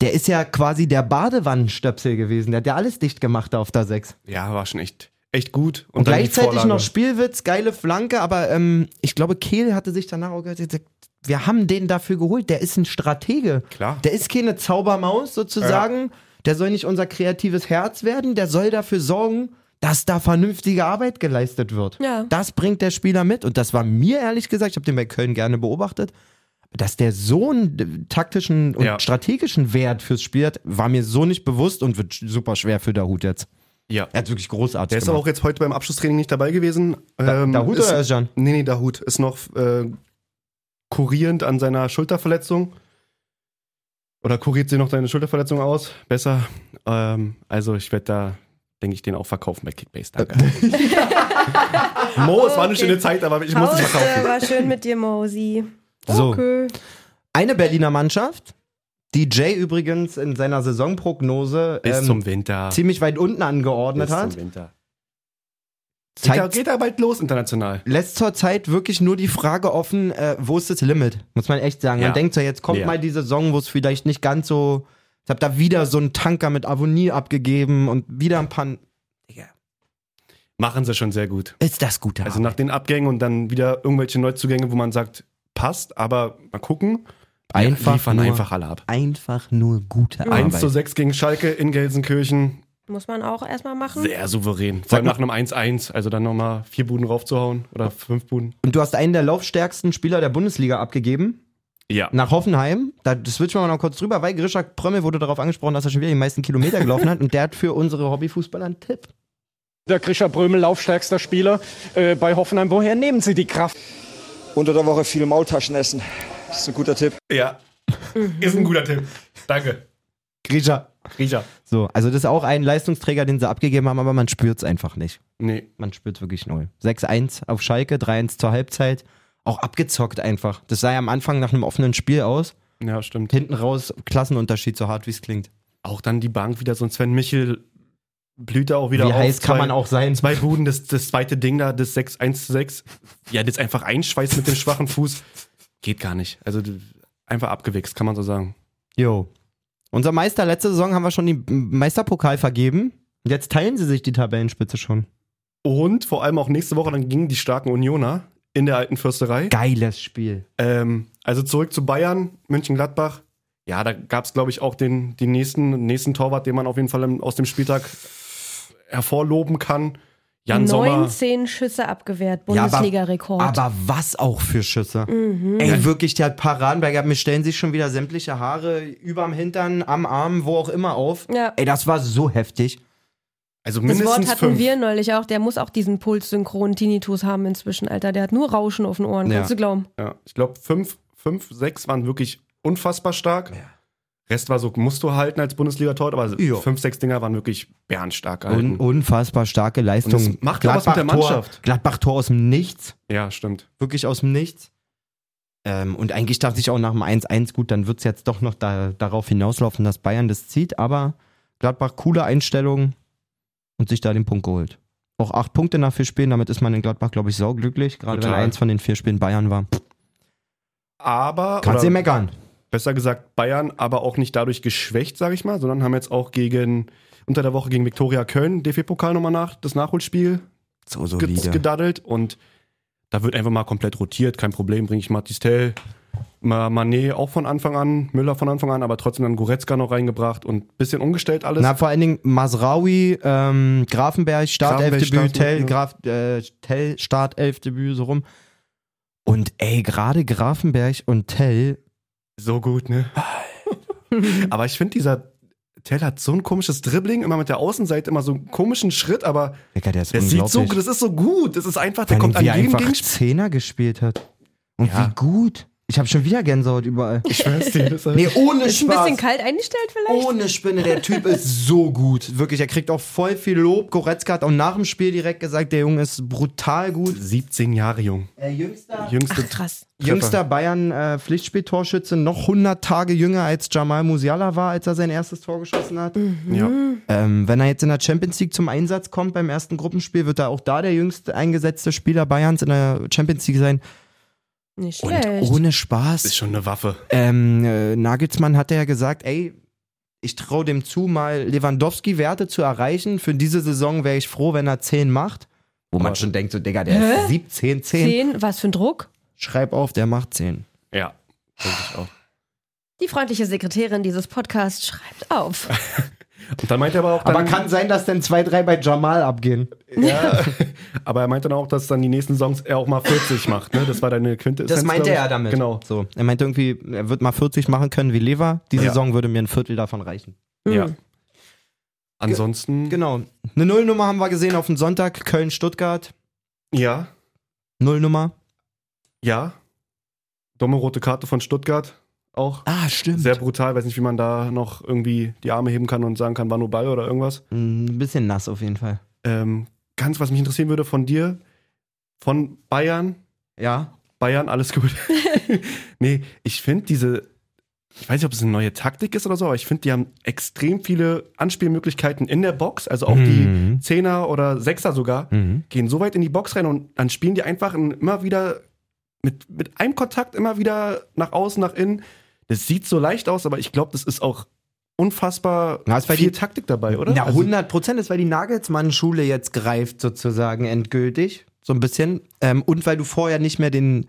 B: Der ist ja quasi der Badewannenstöpsel gewesen, der hat ja alles dicht gemacht da auf der 6.
E: Ja, war schon echt, echt gut.
B: Und,
E: dann die
B: gleichzeitig
E: Vorlage.
B: noch Spielwitz, geile Flanke, aber ähm, ich glaube, Kehl hatte sich danach auch gesagt, wir haben den dafür geholt, der ist ein Stratege.
E: Klar.
B: Der ist keine Zaubermaus sozusagen, der soll nicht unser kreatives Herz werden, der soll dafür sorgen, dass da vernünftige Arbeit geleistet wird.
C: Ja.
B: Das bringt der Spieler mit und das war mir ehrlich gesagt, ich habe den bei Köln gerne beobachtet, dass der so einen äh, taktischen und
E: Ja.
B: strategischen Wert fürs Spiel hat, war mir so nicht bewusst und wird sch- super schwer für Dahut jetzt.
E: Ja.
B: Er hat wirklich großartig
E: Der ist
B: gemacht.
E: auch jetzt heute beim Abschlusstraining nicht dabei gewesen. Ähm,
B: Dahut
E: ist,
B: oder Özcan?
E: Nee, nee, Dahut ist noch äh, kurierend an seiner Schulterverletzung. Oder kuriert sie noch seine Schulterverletzung aus? Besser. Ähm, also ich werde da, denke ich, den auch verkaufen bei Kickbase. Danke. Mo, es war
C: Okay.
E: eine
C: äh,
E: schöne Zeit, aber ich muss es verkaufen.
C: war schön mit dir, Mosi.
B: So.
C: Okay.
B: Eine Berliner Mannschaft, die Jay übrigens in seiner Saisonprognose
E: Bis
B: ähm,
E: zum Winter.
B: ziemlich weit unten angeordnet
E: Bis
B: hat,
E: zum Winter. Geht,
B: zeigt,
E: geht da bald los international.
B: lässt zur Zeit wirklich nur die Frage offen, äh, wo ist das Limit? Muss man echt sagen. Man
E: Ja.
B: denkt so, jetzt kommt
E: Ja.
B: mal die Saison, wo es vielleicht nicht ganz so. Ich hab da wieder so einen Tanker mit Avonie abgegeben und wieder ein paar. Digga,
E: Machen sie schon sehr gut.
B: Ist das gute
E: Also
B: Arbeit.
E: nach den Abgängen und dann wieder irgendwelche Neuzugänge, wo man sagt, passt, aber mal gucken.
B: Einfach
E: liefern
B: nur-
E: einfach alle ab.
B: Einfach nur gute Arbeit.
E: 1 zu 6 gegen Schalke in Gelsenkirchen.
C: Muss man auch erstmal machen.
E: Sehr souverän. Vor allem nach einem 1-1. Also dann nochmal vier Buden raufzuhauen oder fünf Buden.
B: Und du hast einen der laufstärksten Spieler der Bundesliga abgegeben.
E: Ja.
B: nach Hoffenheim. Da switchen wir mal noch kurz drüber, weil Grisha Prömmel wurde darauf angesprochen, dass er schon wieder die meisten Kilometer gelaufen hat und der hat für unsere Hobbyfußballer einen Tipp.
G: Der Grisha Brömel, laufstärkster Spieler äh, bei Hoffenheim. Woher nehmen Sie die Kraft?
H: Unter der Woche viel Maultaschen essen. Das ist ein guter Tipp.
E: Ja.
B: Mhm.
E: Ist ein guter Tipp. Danke.
B: Grisha.
E: Riecher.
B: So, also das ist auch ein Leistungsträger, den sie abgegeben haben, aber man spürt es einfach nicht.
E: Nee.
B: Man spürt es wirklich null. 6-1 auf Schalke, 3-1 zur Halbzeit. Auch abgezockt einfach. Das sah ja am Anfang nach einem offenen Spiel aus.
E: Ja, stimmt.
B: Hinten raus Klassenunterschied, so hart wie es klingt.
E: Auch dann die Bank wieder so ein Sven Michel blüht da auch wieder
B: Wie
E: auf.
B: heiß kann
E: Zwei-
B: man auch sein?
E: Zwei Buden, das, das zweite Ding da, das 6-1 zu 6. Ja, das einfach einschweißt mit dem schwachen Fuß. Geht gar nicht. Also d- einfach abgewichst, kann man so sagen.
B: Jo. Unser Meister, letzte Saison haben wir schon den Meisterpokal vergeben. Und Jetzt teilen sie sich die Tabellenspitze schon.
E: Und vor allem auch nächste Woche dann gegen die starken Unioner in der alten Fürsterei.
B: Geiles Spiel.
E: Ähm, also zurück zu Bayern, München-Gladbach. Ja, da gab es, glaube ich, auch den, den nächsten, nächsten Torwart, den man auf jeden Fall im, aus dem Spieltag hervorloben kann. Jan Sommer.
C: 19 Schüsse abgewehrt, Bundesliga-Rekord. Mhm.
B: aber, aber was auch für Schüsse. Ey, wirklich, der hat Paradenberg gehabt. Mir stellen sich schon wieder sämtliche Haare überm Hintern, am Arm, wo auch immer auf.
C: Ja.
B: Ey, das war so heftig.
E: Also
C: Das Wort
E: mindestens
C: hatten
E: fünf.
C: wir neulich auch. Der muss auch diesen Puls-synchronen Tinnitus haben inzwischen, Alter. Der hat nur Rauschen auf den Ohren,
E: Ja.
C: kannst du glauben.
E: Ja, ich glaube, fünf, fünf, sechs waren wirklich unfassbar stark. Rest war so, musst du halten als Bundesliga-Tor, aber
B: Jo.
E: fünf, sechs Dinger waren wirklich bärenstark.
B: Un
E: gehalten.
B: unfassbar starke Leistung.
E: Und das macht ja was mit der
B: Gladbach-Tor-
E: Mannschaft.
B: Gladbach-Tor aus dem Nichts.
E: Ja, stimmt.
B: wirklich aus dem Nichts. Ähm, und eigentlich dachte ich auch nach dem 1-1, gut, dann wird es jetzt doch noch da, darauf hinauslaufen, dass Bayern das zieht. Aber Gladbach, coole Einstellung und sich da den Punkt geholt. Auch acht Punkte nach vier Spielen, damit ist man in Gladbach, glaube ich, sauglücklich. Gerade wenn
E: Total.
B: eins von den vier Spielen Bayern war.
E: Aber,
B: Kannst du
E: oder
B: meckern.
E: besser gesagt Bayern, aber auch nicht dadurch geschwächt, sage ich mal, sondern haben jetzt auch gegen, unter der Woche gegen Viktoria Köln, DFB-Pokal nochmal nach, das Nachholspiel
B: So
E: ged- gedaddelt und da wird einfach mal komplett rotiert, kein Problem, bringe ich Matistel, Ma- Mané auch von Anfang an, Müller von Anfang an, aber trotzdem dann Goretzka noch reingebracht und bisschen umgestellt alles.
B: Na, vor allen Dingen Masraoui, ähm, Grafenberg, Startelfdebüt,
E: Grafenberg,
B: Tell,
E: Startelf,
B: Graf, äh, Tell, Startelfdebüt, so rum. Und ey, gerade Grafenberg und Tell,
E: So gut, ne? aber ich finde, dieser Tell hat so ein komisches Dribbling, immer mit der Außenseite, immer so einen komischen Schritt, aber
B: Digga, der ist
E: das sieht so,
B: unglaublich.
E: das ist so gut. Das ist einfach, der
B: Vor allem,
E: kommt an
B: wie er
E: jeden
B: einfach
E: Gegenspieler.
B: Zehner gespielt hat. Und
E: Ja.
B: wie gut. Ich habe schon wieder Gänsehaut überall.
E: Ich schwör's dir, das ist-
B: Nee, ohne
C: Ist ein bisschen kalt eingestellt vielleicht?
B: Ohne Spinne, der Typ ist so gut. Wirklich, er kriegt auch voll viel Lob. Goretzka hat auch nach dem Spiel direkt gesagt, der Junge ist brutal gut.
E: 17 Jahre jung.
B: jüngster
E: Jüngste,
C: Ach krass.
B: jüngster Bayern-Pflichtspieltorschütze, noch 100 Tage jünger als Jamal Musiala war, als er sein erstes Tor geschossen hat.
C: Mhm.
E: ja.
B: Ähm, wenn er jetzt in der Champions League zum Einsatz kommt beim ersten Gruppenspiel, wird er auch da der jüngste eingesetzte Spieler Bayerns in der Champions League sein.
C: Nicht
B: Und
C: schlecht.
B: ohne Spaß.
E: Ist schon eine Waffe.
B: Ähm, äh, Nagelsmann hatte ja gesagt, ey, ich traue dem zu, mal Lewandowski-Werte zu erreichen. Für diese Saison wäre ich froh, wenn er 10 macht. Wo man schon denkt, so, Digga, der ist 17, 10.
C: Zehn, was für ein Druck?
B: Schreib auf, der macht 10.
E: Ja, denke ich auch.
C: Die freundliche Sekretärin dieses Podcasts schreibt auf.
E: Und dann meint er aber auch, dann,
B: Aber kann sein, dass dann 2, 3 bei Jamal abgehen.
E: ja, aber er meint dann auch, dass dann die nächsten Songs er auch mal 40 macht. Ne? Das war deine Quintessenz.
B: Das meinte
E: glaub ich.
B: er damit.
E: Genau.
B: So. Er meinte irgendwie, er wird mal 40 machen können wie Lever. Die
E: Ja.
B: Saison würde mir ein Viertel davon reichen.
E: Ja. Ansonsten.
B: Hm. Genau. Eine Nullnummer haben wir gesehen auf dem Sonntag. Köln-Stuttgart.
E: Ja.
B: Nullnummer.
E: Ja. Dumme rote Karte von Stuttgart auch.
B: Ah, stimmt.
E: Sehr brutal. Weiß nicht, wie man da noch irgendwie die Arme heben kann und sagen kann, war nur Ball oder irgendwas.
B: Ein bisschen nass auf jeden Fall.
E: Ähm, ganz, was mich interessieren würde von dir, von Bayern,
B: Ja.
E: Bayern, alles gut. nee, ich finde diese, ich weiß nicht, ob es eine neue Taktik ist oder so, aber ich finde, die haben extrem viele Anspielmöglichkeiten in der Box. Also auch
B: Mhm.
E: die Zehner oder Sechser sogar
B: Mhm.
E: gehen so weit in die Box rein und dann spielen die einfach in- immer wieder mit, mit einem Kontakt immer wieder nach außen, nach innen. Das sieht so leicht aus, aber ich glaube, das ist auch unfassbar
B: Na, ist bei
E: viel
B: die-
E: Taktik dabei, oder?
B: Na,
E: Also-
B: 100 Prozent ist, weil die Nagelsmann-Schule jetzt greift, sozusagen endgültig. So ein bisschen. Ähm, und weil du vorher nicht mehr den.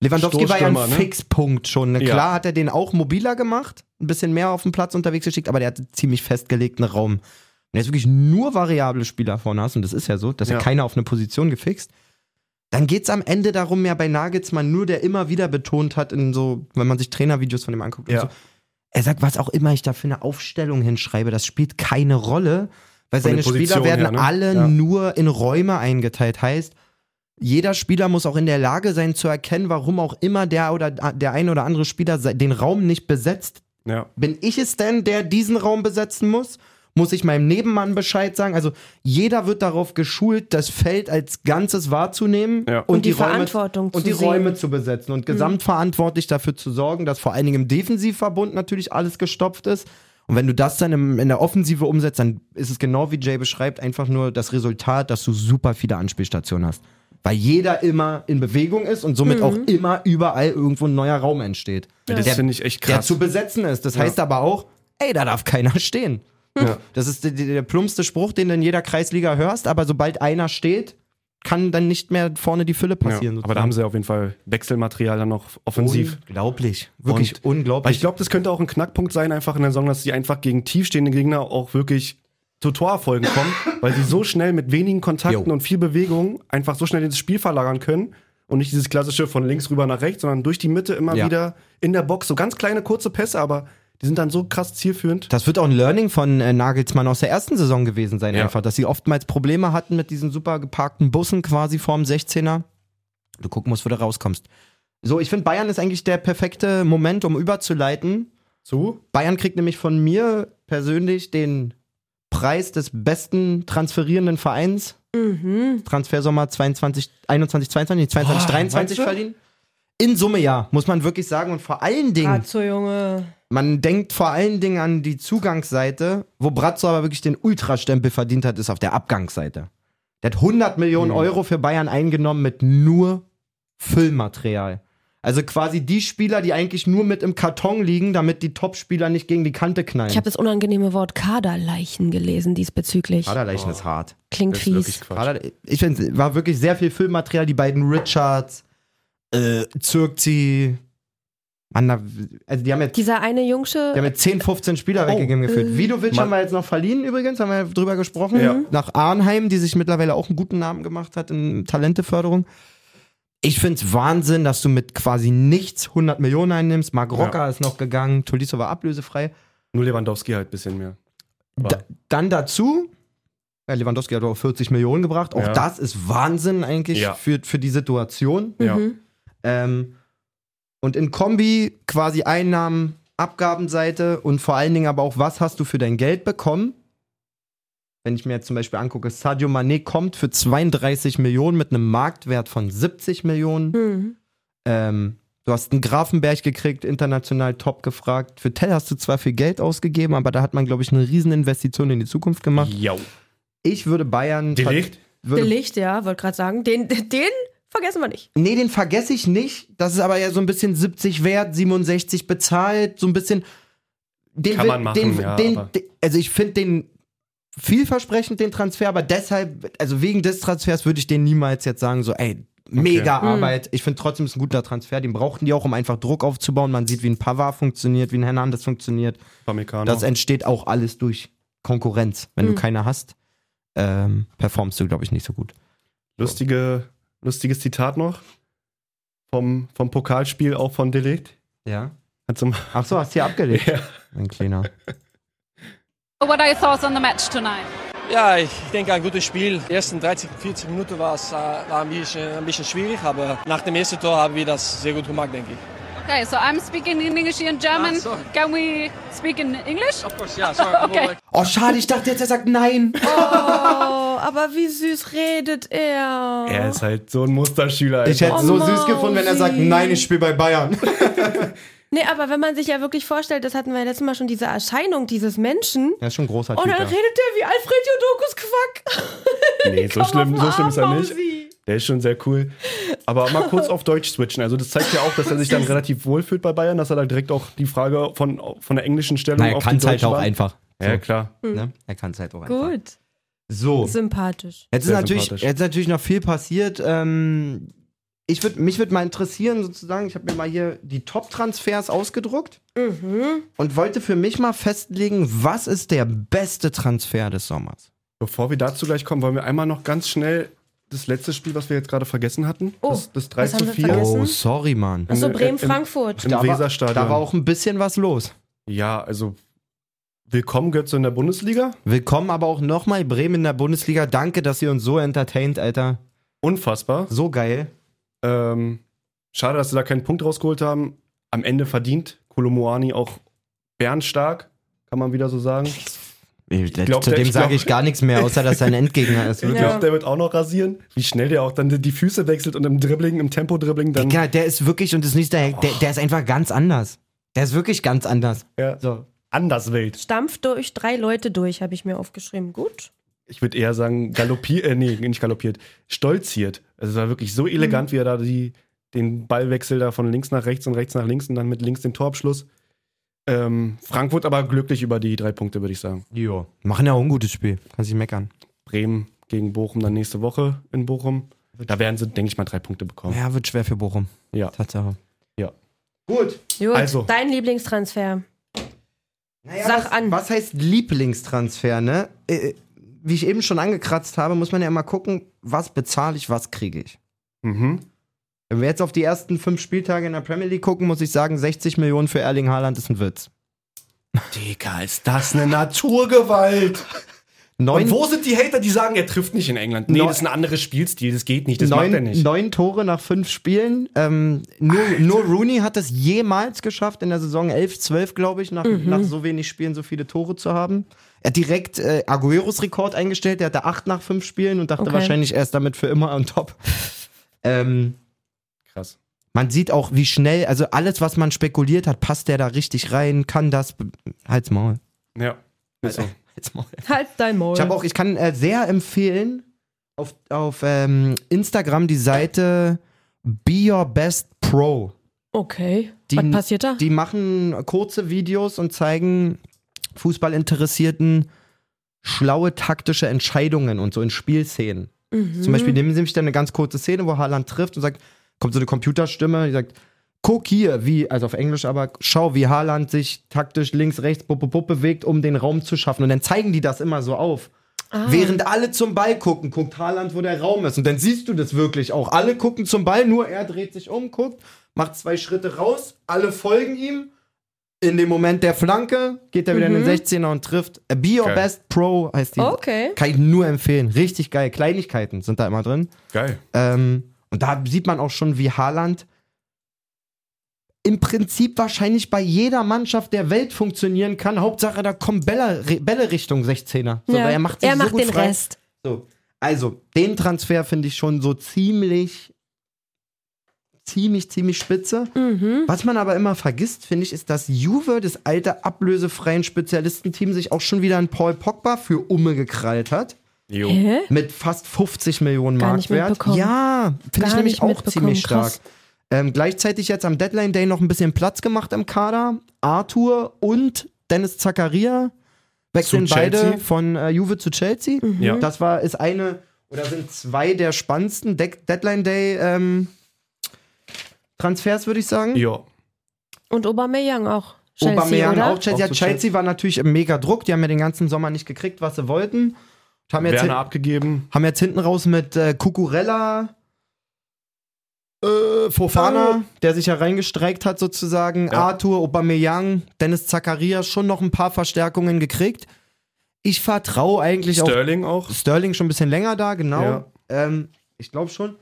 B: Lewandowski war ja ein
E: Stoßstürmer, ne?
B: Fixpunkt schon.
E: Ja.
B: Klar hat er den auch mobiler gemacht, ein bisschen mehr auf dem Platz unterwegs geschickt, aber der hatte ziemlich festgelegten Raum. Wenn du jetzt wirklich nur variable Spieler vorne hast, und das ist ja so, dass ja
E: Ja.
B: keiner auf eine Position gefixt, dann geht es am Ende darum, ja bei Nagelsmann nur, der immer wieder betont hat, in so, wenn man sich Trainervideos von ihm anguckt und
E: Ja.
B: so, er sagt, was auch immer ich da für eine Aufstellung hinschreibe, das spielt keine Rolle, weil
E: Von
B: seine
E: den
B: Spieler
E: Positionen
B: werden
E: her, ne?
B: alle
E: Ja.
B: nur in Räume eingeteilt. Heißt, jeder Spieler muss auch in der Lage sein zu erkennen, warum auch immer der oder der ein oder andere Spieler se- den Raum nicht besetzt.
E: ja.
B: Bin ich es denn, der diesen Raum besetzen muss? Muss ich meinem Nebenmann Bescheid sagen? Also jeder wird darauf geschult, das Feld als Ganzes wahrzunehmen
E: Ja.
B: und,
C: Und die
B: Räume,
C: Verantwortung
B: und
C: zu
B: die
C: sehen.
B: Räume zu besetzen und gesamtverantwortlich dafür zu sorgen, dass vor allen Dingen im Defensivverbund natürlich alles gestopft ist. Und wenn du das dann im, in der Offensive umsetzt, dann ist es genau wie Jay beschreibt, einfach nur das Resultat, dass du super viele Anspielstationen hast. Weil jeder immer in Bewegung ist und somit auch immer überall irgendwo ein neuer Raum entsteht.
E: Das
B: Der-
E: finde ich echt
B: der
E: krass.
B: zu besetzen ist. Das heißt aber auch, ey, da darf keiner stehen. Das ist der, der der plumpste Spruch, den du in jeder Kreisliga hörst, aber sobald einer steht, kann dann nicht mehr vorne die Fülle passieren.
E: Ja, aber da haben sie auf jeden Fall Wechselmaterial dann noch offensiv.
B: Unglaublich. Wirklich
E: Weil ich
B: unglaublich.
E: glaube, das könnte auch ein Knackpunkt sein, einfach in der Saison, dass sie einfach gegen tiefstehende Gegner auch wirklich zu Torerfolgen kommen, weil sie so schnell mit wenigen Kontakten
B: Jo.
E: und viel Bewegung einfach so schnell ins Spiel verlagern können und nicht dieses klassische von links rüber nach rechts, sondern durch die Mitte immer
B: Ja.
E: wieder in der Box. So ganz kleine, kurze Pässe, aber Die sind dann so krass zielführend.
B: Das wird auch ein Learning von äh, Nagelsmann aus der ersten Saison gewesen sein,
E: Ja.
B: einfach, dass sie oftmals Probleme hatten mit diesen super geparkten Bussen quasi vorm 16er. Du gucken musst, wo du rauskommst. So, ich finde, Bayern ist eigentlich der perfekte Moment, um überzuleiten.
E: Zu?
B: Bayern kriegt nämlich von mir persönlich den Preis des besten transferierenden Vereins. Transfersommer 22, 21, 22, 22,
E: Boah,
B: 23
E: Oh, meinst du?
B: verliehen. In Summe ja, muss man wirklich sagen. Und vor allen Dingen,
C: Grazzo, Junge.
B: man denkt vor allen Dingen an die Zugangsseite, wo Bratzo aber wirklich den Ultrastempel verdient hat, ist auf der Abgangsseite. Der hat 100 Millionen Euro für Bayern eingenommen mit nur Füllmaterial. Also quasi die Spieler, die eigentlich nur mit im Karton liegen, damit die Topspieler nicht gegen die Kante knallen.
C: Ich habe das unangenehme Wort Kaderleichen gelesen diesbezüglich.
B: Kaderleichen ist hart.
C: Klingt
E: Das ist wirklich
C: fies.
E: Quatsch.
B: Kader, ich finde, war wirklich sehr viel Füllmaterial. Die beiden Richards, äh, Zirkzi, Mann, da, also die haben jetzt
C: Dieser eine Jungsche,
B: Die haben jetzt 10, 15
E: Oh.
B: Spieler weggegeben geführt. Vidovic haben wir jetzt noch verliehen übrigens, haben wir drüber gesprochen.
E: Ja.
B: Nach Arnheim, die sich mittlerweile auch einen guten Namen gemacht hat in Talenteförderung. Ich finde es Wahnsinn, dass du mit quasi nichts 100 Millionen einnimmst. Marc Rocker ist noch gegangen, Tolisso war ablösefrei.
E: Nur Lewandowski halt ein bisschen mehr. Aber-
B: Da, dann dazu, ja, Lewandowski hat auch 40 Millionen gebracht. Auch
E: Ja.
B: das ist Wahnsinn eigentlich
E: Ja.
B: für, für die Situation.
E: Ja.
B: Ähm, und in Kombi quasi Einnahmen, Abgabenseite und vor allen Dingen aber auch, was hast du für dein Geld bekommen? Wenn ich mir jetzt zum Beispiel angucke, Sadio Mané kommt für 32 Millionen mit einem Marktwert von 70 Millionen.
C: Mhm.
B: Ähm, du hast einen Grafenberg gekriegt, international top gefragt. Für Tell hast du zwar viel Geld ausgegeben, aber da hat man, glaube ich, eine Rieseninvestition in die Zukunft gemacht.
E: Jau.
B: Ich würde Bayern...
E: Delicht?
B: Würde
C: Licht, ja, wollte gerade sagen. Den, den vergessen wir nicht.
B: Nee, den vergesse ich nicht. Das ist aber ja so ein bisschen 70 wert, 67 bezahlt, so ein bisschen. Den
E: Kann
B: will-
E: man machen,
B: den,
E: ja,
B: den,
E: aber-
B: den, also ich finde den vielversprechend, den Transfer, aber deshalb, also wegen des Transfers würde ich den niemals jetzt sagen, so, ey, mega Arbeit. Ich finde trotzdem ist ein guter Transfer. Den brauchten die auch, um einfach Druck aufzubauen. Man sieht, wie ein Pavard funktioniert, wie ein Hernandez funktioniert.
E: Genau. Pamecano.
B: Das entsteht auch alles durch Konkurrenz. Wenn du keine hast, ähm, performst du, glaube ich, nicht so gut.
E: Lustige, lustiges Zitat noch. Vom, vom Pokalspiel auch von Delicht.
B: Ja.
E: Kannst du mal
B: Ach so, hast du hier abgelegt.
E: Ja.
B: Ein kleiner.
I: What are your thoughts on the match tonight?
J: Ja, ich denke, ein gutes Spiel. Die ersten 30, 40 Minuten war es äh, war ein, bisschen, ein bisschen schwierig, aber nach dem ersten Tor haben wir das sehr gut gemacht, denke ich.
I: Okay, so I'm speaking in English and German. Can we speak in English?
J: Of course, ja, sorry.
I: Okay.
B: Oh, schade, ich dachte jetzt, er sagt nein.
C: Oh, aber wie süß redet er.
E: Er ist halt so ein Musterschüler. Alter.
B: Ich hätte es
C: Oh,
B: so süß gefunden, wenn er sagt,
C: Mausi.
B: nein, ich spiele bei Bayern.
C: Nee, aber wenn man sich ja wirklich vorstellt, das hatten wir ja letztes Mal schon, diese Erscheinung dieses Menschen.
B: Er ist schon ein großer
C: Und
B: Typ.
C: dann redet er wie Alfred Jodokus Quack.
E: nee, so
C: Komm
E: schlimm,
C: auf den
E: so schlimm ist er
C: Arm,
E: nicht.
C: Mausi.
E: Der ist schon sehr cool. Aber mal kurz auf Deutsch switchen. Also das zeigt ja auch, dass er sich dann relativ wohl fühlt bei Bayern, dass er da direkt auch die Frage von, von der englischen Stellung auf die deutsche war.
B: halt einfach.
E: Ja, klar.
B: Ne? Er kann es halt auch einfach.
C: Gut.
B: So.
C: Sympathisch.
B: Jetzt ist,
E: Sehr
B: natürlich,
E: sympathisch.
B: jetzt ist natürlich noch viel passiert. Ähm, ich würd, mich würde mal interessieren, sozusagen, ich habe mir mal hier die Top-Transfers ausgedruckt
C: Mhm.
B: und wollte für mich mal festlegen, was ist der beste Transfer des Sommers?
E: Bevor wir dazu gleich kommen, wollen wir einmal noch ganz schnell das letzte Spiel, was wir jetzt gerade vergessen hatten.
C: Oh,
E: das, das 3
C: was haben
E: zu
C: wir
E: 4
C: vergessen?
B: Oh, sorry, Mann.
C: Achso,
E: Im-
B: äh,
C: Bremen-Frankfurt.
E: im
B: Da war-
E: Weserstadion.
B: Da war auch ein bisschen was los.
E: Ja, also willkommen Götze in der Bundesliga.
B: Willkommen aber auch nochmal Bremen in der Bundesliga. Danke, dass ihr uns so entertaint, Alter.
E: Unfassbar.
B: So geil.
E: Ähm, schade, dass sie da keinen Punkt rausgeholt haben. Am Ende verdient Kolomoani auch bernstark, kann man wieder so sagen.
B: Ich äh,
E: glaub,
B: zu
E: der-
B: dem
E: ich glaub-
B: sage ich gar nichts mehr, außer dass er ein Endgegner ist.
E: Ich
B: Wirklich.
E: glaube, der wird auch noch rasieren. Wie schnell der auch dann die Füße wechselt und im Dribbling, im Tempo-Dribbling dann.
B: Digga, der ist wirklich und ist nicht der, der, der ist einfach ganz anders. Der ist wirklich ganz anders.
E: Ja,
B: So.
E: anders wild.
C: Stampft durch drei Leute durch, habe ich mir aufgeschrieben. Gut.
E: Ich würde eher sagen, galoppiert, äh, nee, nicht galoppiert, stolziert. Also es war wirklich so elegant,
B: Mhm.
E: wie er da die, den Ballwechsel da von links nach rechts und rechts nach links und dann mit links den Torabschluss. Ähm, Frankfurt aber glücklich über die drei Punkte, würde ich sagen.
B: Jo. Machen ja auch ein gutes Spiel. Kannst nicht meckern.
E: Bremen gegen Bochum dann nächste Woche in Bochum. Da werden sie, denke ich mal, drei Punkte bekommen.
B: Ja, wird schwer für Bochum.
E: Ja.
B: Tatsache.
E: Gut.
C: Gut.
E: Also.
C: Dein Lieblingstransfer.
B: Naja,
C: Sag
B: was,
C: an.
B: Was heißt Lieblingstransfer, ne? Äh, Wie ich eben schon angekratzt habe, muss man ja immer gucken, was bezahle ich, was kriege ich.
E: Mhm.
B: Wenn wir jetzt auf die ersten fünf Spieltage in der Premier League gucken, muss ich sagen, 60 Millionen für Erling Haaland ist ein Witz.
E: Digga, ist das eine Naturgewalt?
B: Neun,
E: Und wo sind die Hater, die sagen, er trifft nicht in England? Nee,
B: Neun-
E: das ist ein anderes Spielstil, das geht nicht, das macht er
B: neun,
E: nicht.
B: neun Tore nach fünf Spielen. Ähm, nur, nur Rooney hat es jemals geschafft, in der Saison 11, 12, glaube ich, nach,
E: Mhm.
B: nach so wenig Spielen so viele Tore zu haben. Er hat direkt äh, Agueros Rekord eingestellt. Der hatte acht nach fünf Spielen und dachte
C: Okay.
B: wahrscheinlich, er ist damit für immer on top. Ähm,
E: Krass.
B: man sieht auch, wie schnell, also alles, was man spekuliert hat, passt der da richtig rein, kann das. Halt's Maul.
E: Ja. Ist so.
B: Halt's Maul.
C: Halt dein Maul.
B: Ich habe auch, ich kann äh, sehr empfehlen auf, auf ähm, Instagram die Seite Be Your Best Pro.
C: okay.
B: Die-
C: Was passiert da?
B: Die machen kurze Videos und zeigen Fußballinteressierten schlaue taktische Entscheidungen und so in Spielszenen. Zum Beispiel nehmen sie nämlich dann eine ganz kurze Szene, wo Haaland trifft und sagt, kommt so eine Computerstimme, die sagt, guck hier, wie, also auf Englisch, aber schau, wie Haaland sich taktisch links, rechts, bup, bup, bup, bewegt, um den Raum zu schaffen. Und dann zeigen die das immer so auf. Während alle zum Ball gucken, guckt Haaland, wo der Raum ist. Und dann siehst du das wirklich auch. Alle gucken zum Ball, nur er dreht sich um, guckt, macht zwei Schritte raus, alle folgen ihm. In dem Moment der Flanke geht er wieder in den 16er und trifft. Be your
E: Geil.
B: best pro heißt die.
C: Okay.
B: Kann ich nur empfehlen. Richtig geil. Kleinigkeiten sind da immer drin.
E: Geil.
B: Ähm, und da sieht man auch schon, wie Haaland im Prinzip wahrscheinlich bei jeder Mannschaft der Welt funktionieren kann. Hauptsache, da kommen Bälle, Bälle Richtung 16er. So,
C: Ja.
B: weil er macht, sich
C: Er
B: so
C: macht
B: gut
C: den
B: frei.
C: Rest.
B: So. Also, den Transfer finde ich schon so ziemlich, ziemlich, ziemlich spitze.
C: Mhm.
B: Was man aber immer vergisst, finde ich, ist, dass Juve, das alte ablösefreien Spezialistenteam, sich auch schon wieder einen Paul Pogba für Umme gekrallt hat.
E: Jo.
C: Hä?
B: Mit fast 50 Millionen
C: Gar nicht
B: Markwert.
C: mitbekommen.
B: Ja, finde ich
C: Gar
B: nämlich
C: nicht
B: auch
C: mitbekommen,
B: ziemlich stark.
C: krass.
B: Ähm, gleichzeitig jetzt am Deadline Day noch ein bisschen Platz gemacht im Kader. Arthur und Dennis Zakaria wechseln
E: Zu
B: beide
E: Chelsea.
B: von äh, Juve zu Chelsea.
C: Mhm.
E: Ja.
B: Das war ist eine oder sind zwei der spannendsten De Deadline Day ähm, Transfers, würde ich sagen.
E: Jo.
C: Und Aubameyang auch. Chelsea,
B: Aubameyang
C: oder?
B: auch Chelsea. ja,
E: Auch zu
B: Chelsea war natürlich im mega Druck. Die haben ja den ganzen Sommer nicht gekriegt, was sie wollten. Und Haben jetzt, hin,
E: Werner abgegeben.
B: haben jetzt hinten raus mit äh, Cucurella, äh, Fofana, der sich ja reingestreikt hat sozusagen,
E: Ja.
B: Arthur, Aubameyang, Dennis Zakaria schon noch ein paar Verstärkungen gekriegt. Ich vertraue eigentlich auf
E: Sterling auch.
B: Sterling schon ein bisschen länger da, genau.
E: Ja.
B: Ähm, ich glaube schon,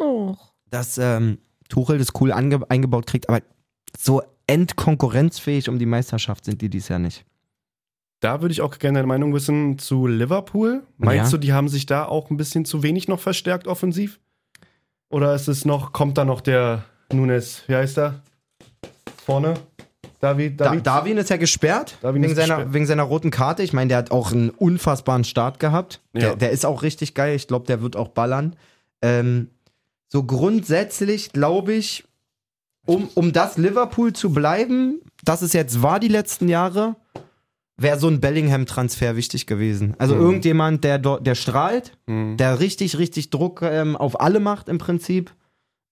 C: Oh.
B: dass ähm, Tuchel das cool ange eingebaut kriegt, aber so endkonkurrenzfähig um die Meisterschaft sind die dies Jahr nicht.
E: Da würde ich auch gerne deine Meinung wissen zu Liverpool. Meinst
B: Ja.
E: du, die haben sich da auch ein bisschen zu wenig noch verstärkt offensiv? Oder ist es noch, kommt da noch der Nunes, wie heißt er? Vorne? David?
B: Da
E: David?
B: Darwin ist ja gesperrt,
E: Darwin
B: wegen,
E: ist
B: seiner,
E: gesperrt.
B: wegen seiner roten Karte. Ich meine, der hat auch einen unfassbaren Start gehabt. Der,
E: Ja.
B: der ist auch richtig geil. Ich glaube, der wird auch ballern. Ähm, so grundsätzlich glaube ich, um, um das Liverpool zu bleiben, das es jetzt war die letzten Jahre, wäre so ein Bellingham-Transfer wichtig gewesen. Also
E: Mhm.
B: irgendjemand, der, dort- der strahlt,
E: Hm.
B: der richtig, richtig Druck ähm, auf alle macht im Prinzip.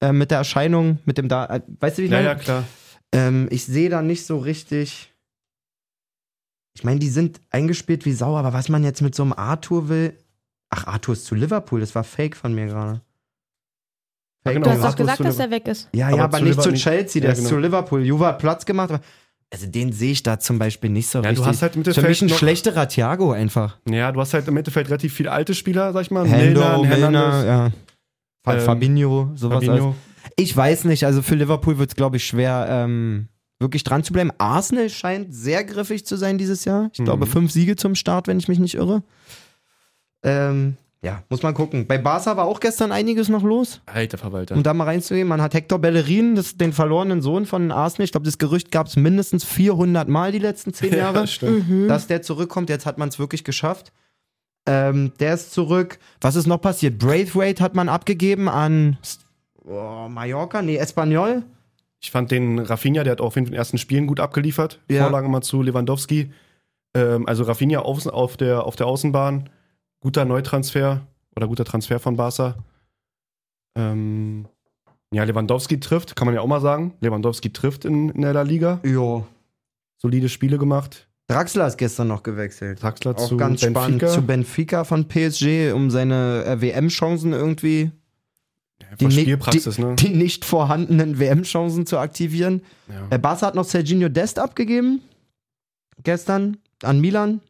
B: ähm, mit der Erscheinung, mit dem da. äh, Weißt du, wie ich
E: ja,
B: meine?
E: ja, klar.
B: Ähm, ich sehe da nicht so richtig. Ich meine, die sind eingespielt wie sauer, aber was man jetzt mit so einem Arthur will. Ach, Arthur ist zu Liverpool, das war fake von mir gerade.
E: Ja,
B: Fake
E: genau.
C: Du
B: News.
C: hast doch
E: Arthur ist
C: gesagt,
E: zu
C: dass
E: Liverpool.
C: er weg ist.
B: ja,
E: aber
B: ja, aber
E: zu
B: nicht zu
E: Liverpool nicht.
B: Chelsea, der
E: Ja,
B: ist
E: genau.
B: zu Liverpool. Juve hat Platz gemacht. Aber also den sehe ich da zum Beispiel nicht so
E: Ja, du
B: richtig.
E: hast halt im
B: Für mich
E: Mittelfeld
B: ein
E: noch-
B: schlechterer Thiago einfach.
E: Ja, du hast halt im Endeffekt relativ viele alte Spieler, sag ich mal.
B: Hendo,
E: Milner,
B: Milner,
E: Hernandez,
B: ja.
E: Ähm,
B: Fabinho, sowas. halt. alles.
E: Fabinho.
B: Ich weiß nicht, also für Liverpool wird es, glaube ich, schwer, ähm, wirklich dran zu bleiben. Arsenal scheint sehr griffig zu sein dieses Jahr. Ich
E: Mhm.
B: glaube, fünf Siege zum Start, wenn ich mich nicht irre. Ähm, ja, muss man gucken. Bei Barca war auch gestern einiges noch los,
E: Alter Verwalter.
B: um da mal reinzugehen. Man hat Hector Bellerin, das ist den verlorenen Sohn von Arsenal. Ich glaube, das Gerücht gab es mindestens 400 Mal die letzten zehn Jahre
E: ja, stimmt.
B: dass der zurückkommt. Jetzt hat man es wirklich geschafft. Ähm, der ist zurück. Was ist noch passiert? Braithwaite hat man abgegeben an S- oh, Mallorca, nee, Espanyol.
E: Ich fand den Rafinha, der hat auch in den ersten Spielen gut abgeliefert.
B: Ja.
E: Vorlagen mal zu Lewandowski. Ähm, also Rafinha auf, auf, der, auf der Außenbahn. Guter Neutransfer oder guter Transfer von Barca. Ähm, ja, Lewandowski trifft, kann man ja auch mal sagen. Lewandowski trifft in, in der La Liga.
B: Jo.
E: Solide Spiele gemacht.
B: Draxler ist gestern noch gewechselt.
E: Draxler
B: Auch
E: zu
B: ganz
E: Benfica.
B: spannend zu Benfica von PSG, um seine äh, WM-Chancen irgendwie die,
E: Einfach
B: ni-
E: Spielpraxis,
B: die,
E: ne?
B: die nicht vorhandenen WM-Chancen zu aktivieren.
E: Ja.
B: Äh, Barca hat noch Serginho Dest abgegeben. Gestern an Milan.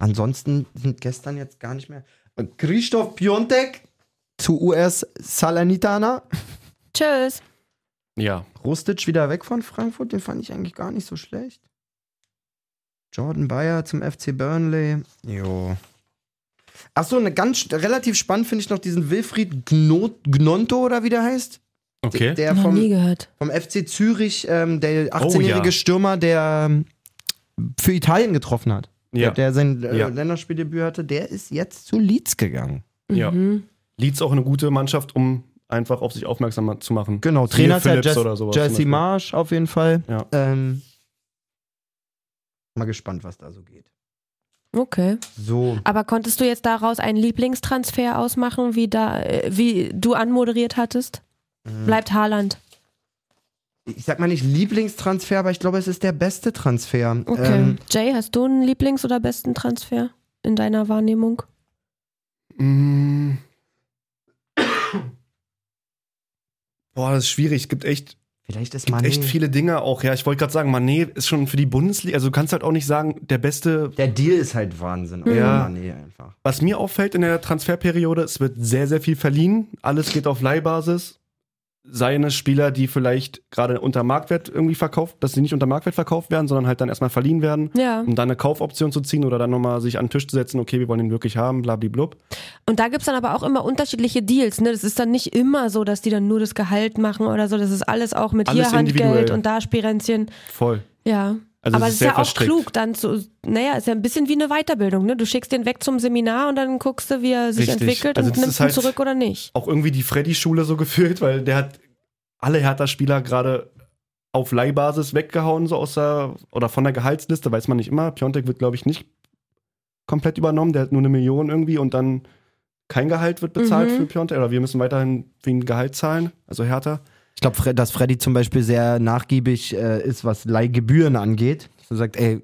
B: Ansonsten sind gestern jetzt gar nicht mehr. Und Christoph Piontek zu US Salernitana.
C: Tschüss.
E: ja.
B: Rustic wieder weg von Frankfurt, den fand ich eigentlich gar nicht so schlecht. Jordan Bayer zum FC Burnley. Jo. Achso, eine ganz relativ spannend finde ich noch diesen Wilfried Gno- Gnonto oder wie der heißt.
E: Okay.
B: Der
C: Noch nie
B: vom,
C: gehört.
B: vom FC Zürich, ähm, der
E: Oh,
B: 18-järige
E: ja.
B: Stürmer, der ähm, für Italien getroffen hat. Der,
E: Ja.
B: der sein äh,
E: Ja.
B: Länderspieldebüt hatte, der ist jetzt zu Leeds gegangen.
E: ja.
C: Mhm.
E: Leeds auch eine gute Mannschaft, um einfach auf sich aufmerksam zu machen.
B: Genau,
E: Siehe
B: Trainer ist ja
E: Phillips
B: Jess,
E: oder sowas zum
B: Jesse
E: Beispiel.
B: Marsch auf jeden Fall.
E: Ja.
B: Ähm, mal gespannt, was da so geht.
C: Okay.
B: So.
C: Aber konntest du jetzt daraus einen Lieblingstransfer ausmachen, wie, da, äh, wie du anmoderiert hattest? Bleibt Haaland.
B: Mhm. Ich sag mal nicht Lieblingstransfer, aber ich glaube, es ist der beste Transfer.
C: Okay.
B: Ähm,
C: Jay, hast du einen Lieblings- oder besten Transfer in deiner Wahrnehmung?
E: Mm. Boah, das ist schwierig. Es gibt echt,
B: vielleicht ist
E: gibt
B: Mané
E: echt viele Dinge auch. Ja, ich wollte gerade sagen, Mané ist schon für die Bundesliga. Also du kannst halt auch nicht sagen, der beste.
B: Der Deal ist halt Wahnsinn.
C: Mhm.
E: Ja.
B: Mané einfach.
E: Was mir auffällt in der Transferperiode, es wird sehr, sehr viel verliehen. Alles geht auf Leihbasis. Seien es Spieler, die vielleicht gerade unter Marktwert irgendwie verkauft, dass sie nicht unter Marktwert verkauft werden, sondern halt dann erstmal verliehen werden,
C: Ja.
E: um dann eine Kaufoption zu ziehen oder dann nochmal sich an den Tisch zu setzen, okay, wir wollen ihn wirklich haben, blablablub.
C: Und da gibt's dann aber auch immer unterschiedliche Deals. Ne? Das ist dann nicht immer so, dass die dann nur das Gehalt machen oder so. Das ist alles auch mit
E: Alles
C: hier Handgeld
E: individuell.
C: und da Spirenzchen.
E: Voll.
C: Ja.
E: Also
C: aber
E: es
C: das
E: ist
C: ist
E: sehr
C: ja auch
E: verstrickt.
C: klug, dann zu, naja, ist ja ein bisschen wie eine Weiterbildung. Ne? Du schickst den weg zum Seminar und dann guckst du, wie er sich
E: Richtig.
C: entwickelt
E: Also
C: und
E: das
C: nimmst
E: ist halt-
C: ihn zurück oder nicht.
E: auch irgendwie die Freddy-Schule so gefühlt, weil der hat alle Hertha-Spieler gerade auf Leihbasis weggehauen, so aus der, oder von der Gehaltsliste, weiß man nicht immer. Piontek wird, glaube ich, nicht komplett übernommen, der hat nur eine Million irgendwie und dann kein Gehalt wird bezahlt
C: Mhm.
E: für Piontek, oder wir müssen weiterhin wegen Gehalt zahlen, also Hertha.
B: Ich glaube, dass Freddy zum Beispiel sehr nachgiebig äh, ist, was Leihgebühren angeht. So sagt, ey,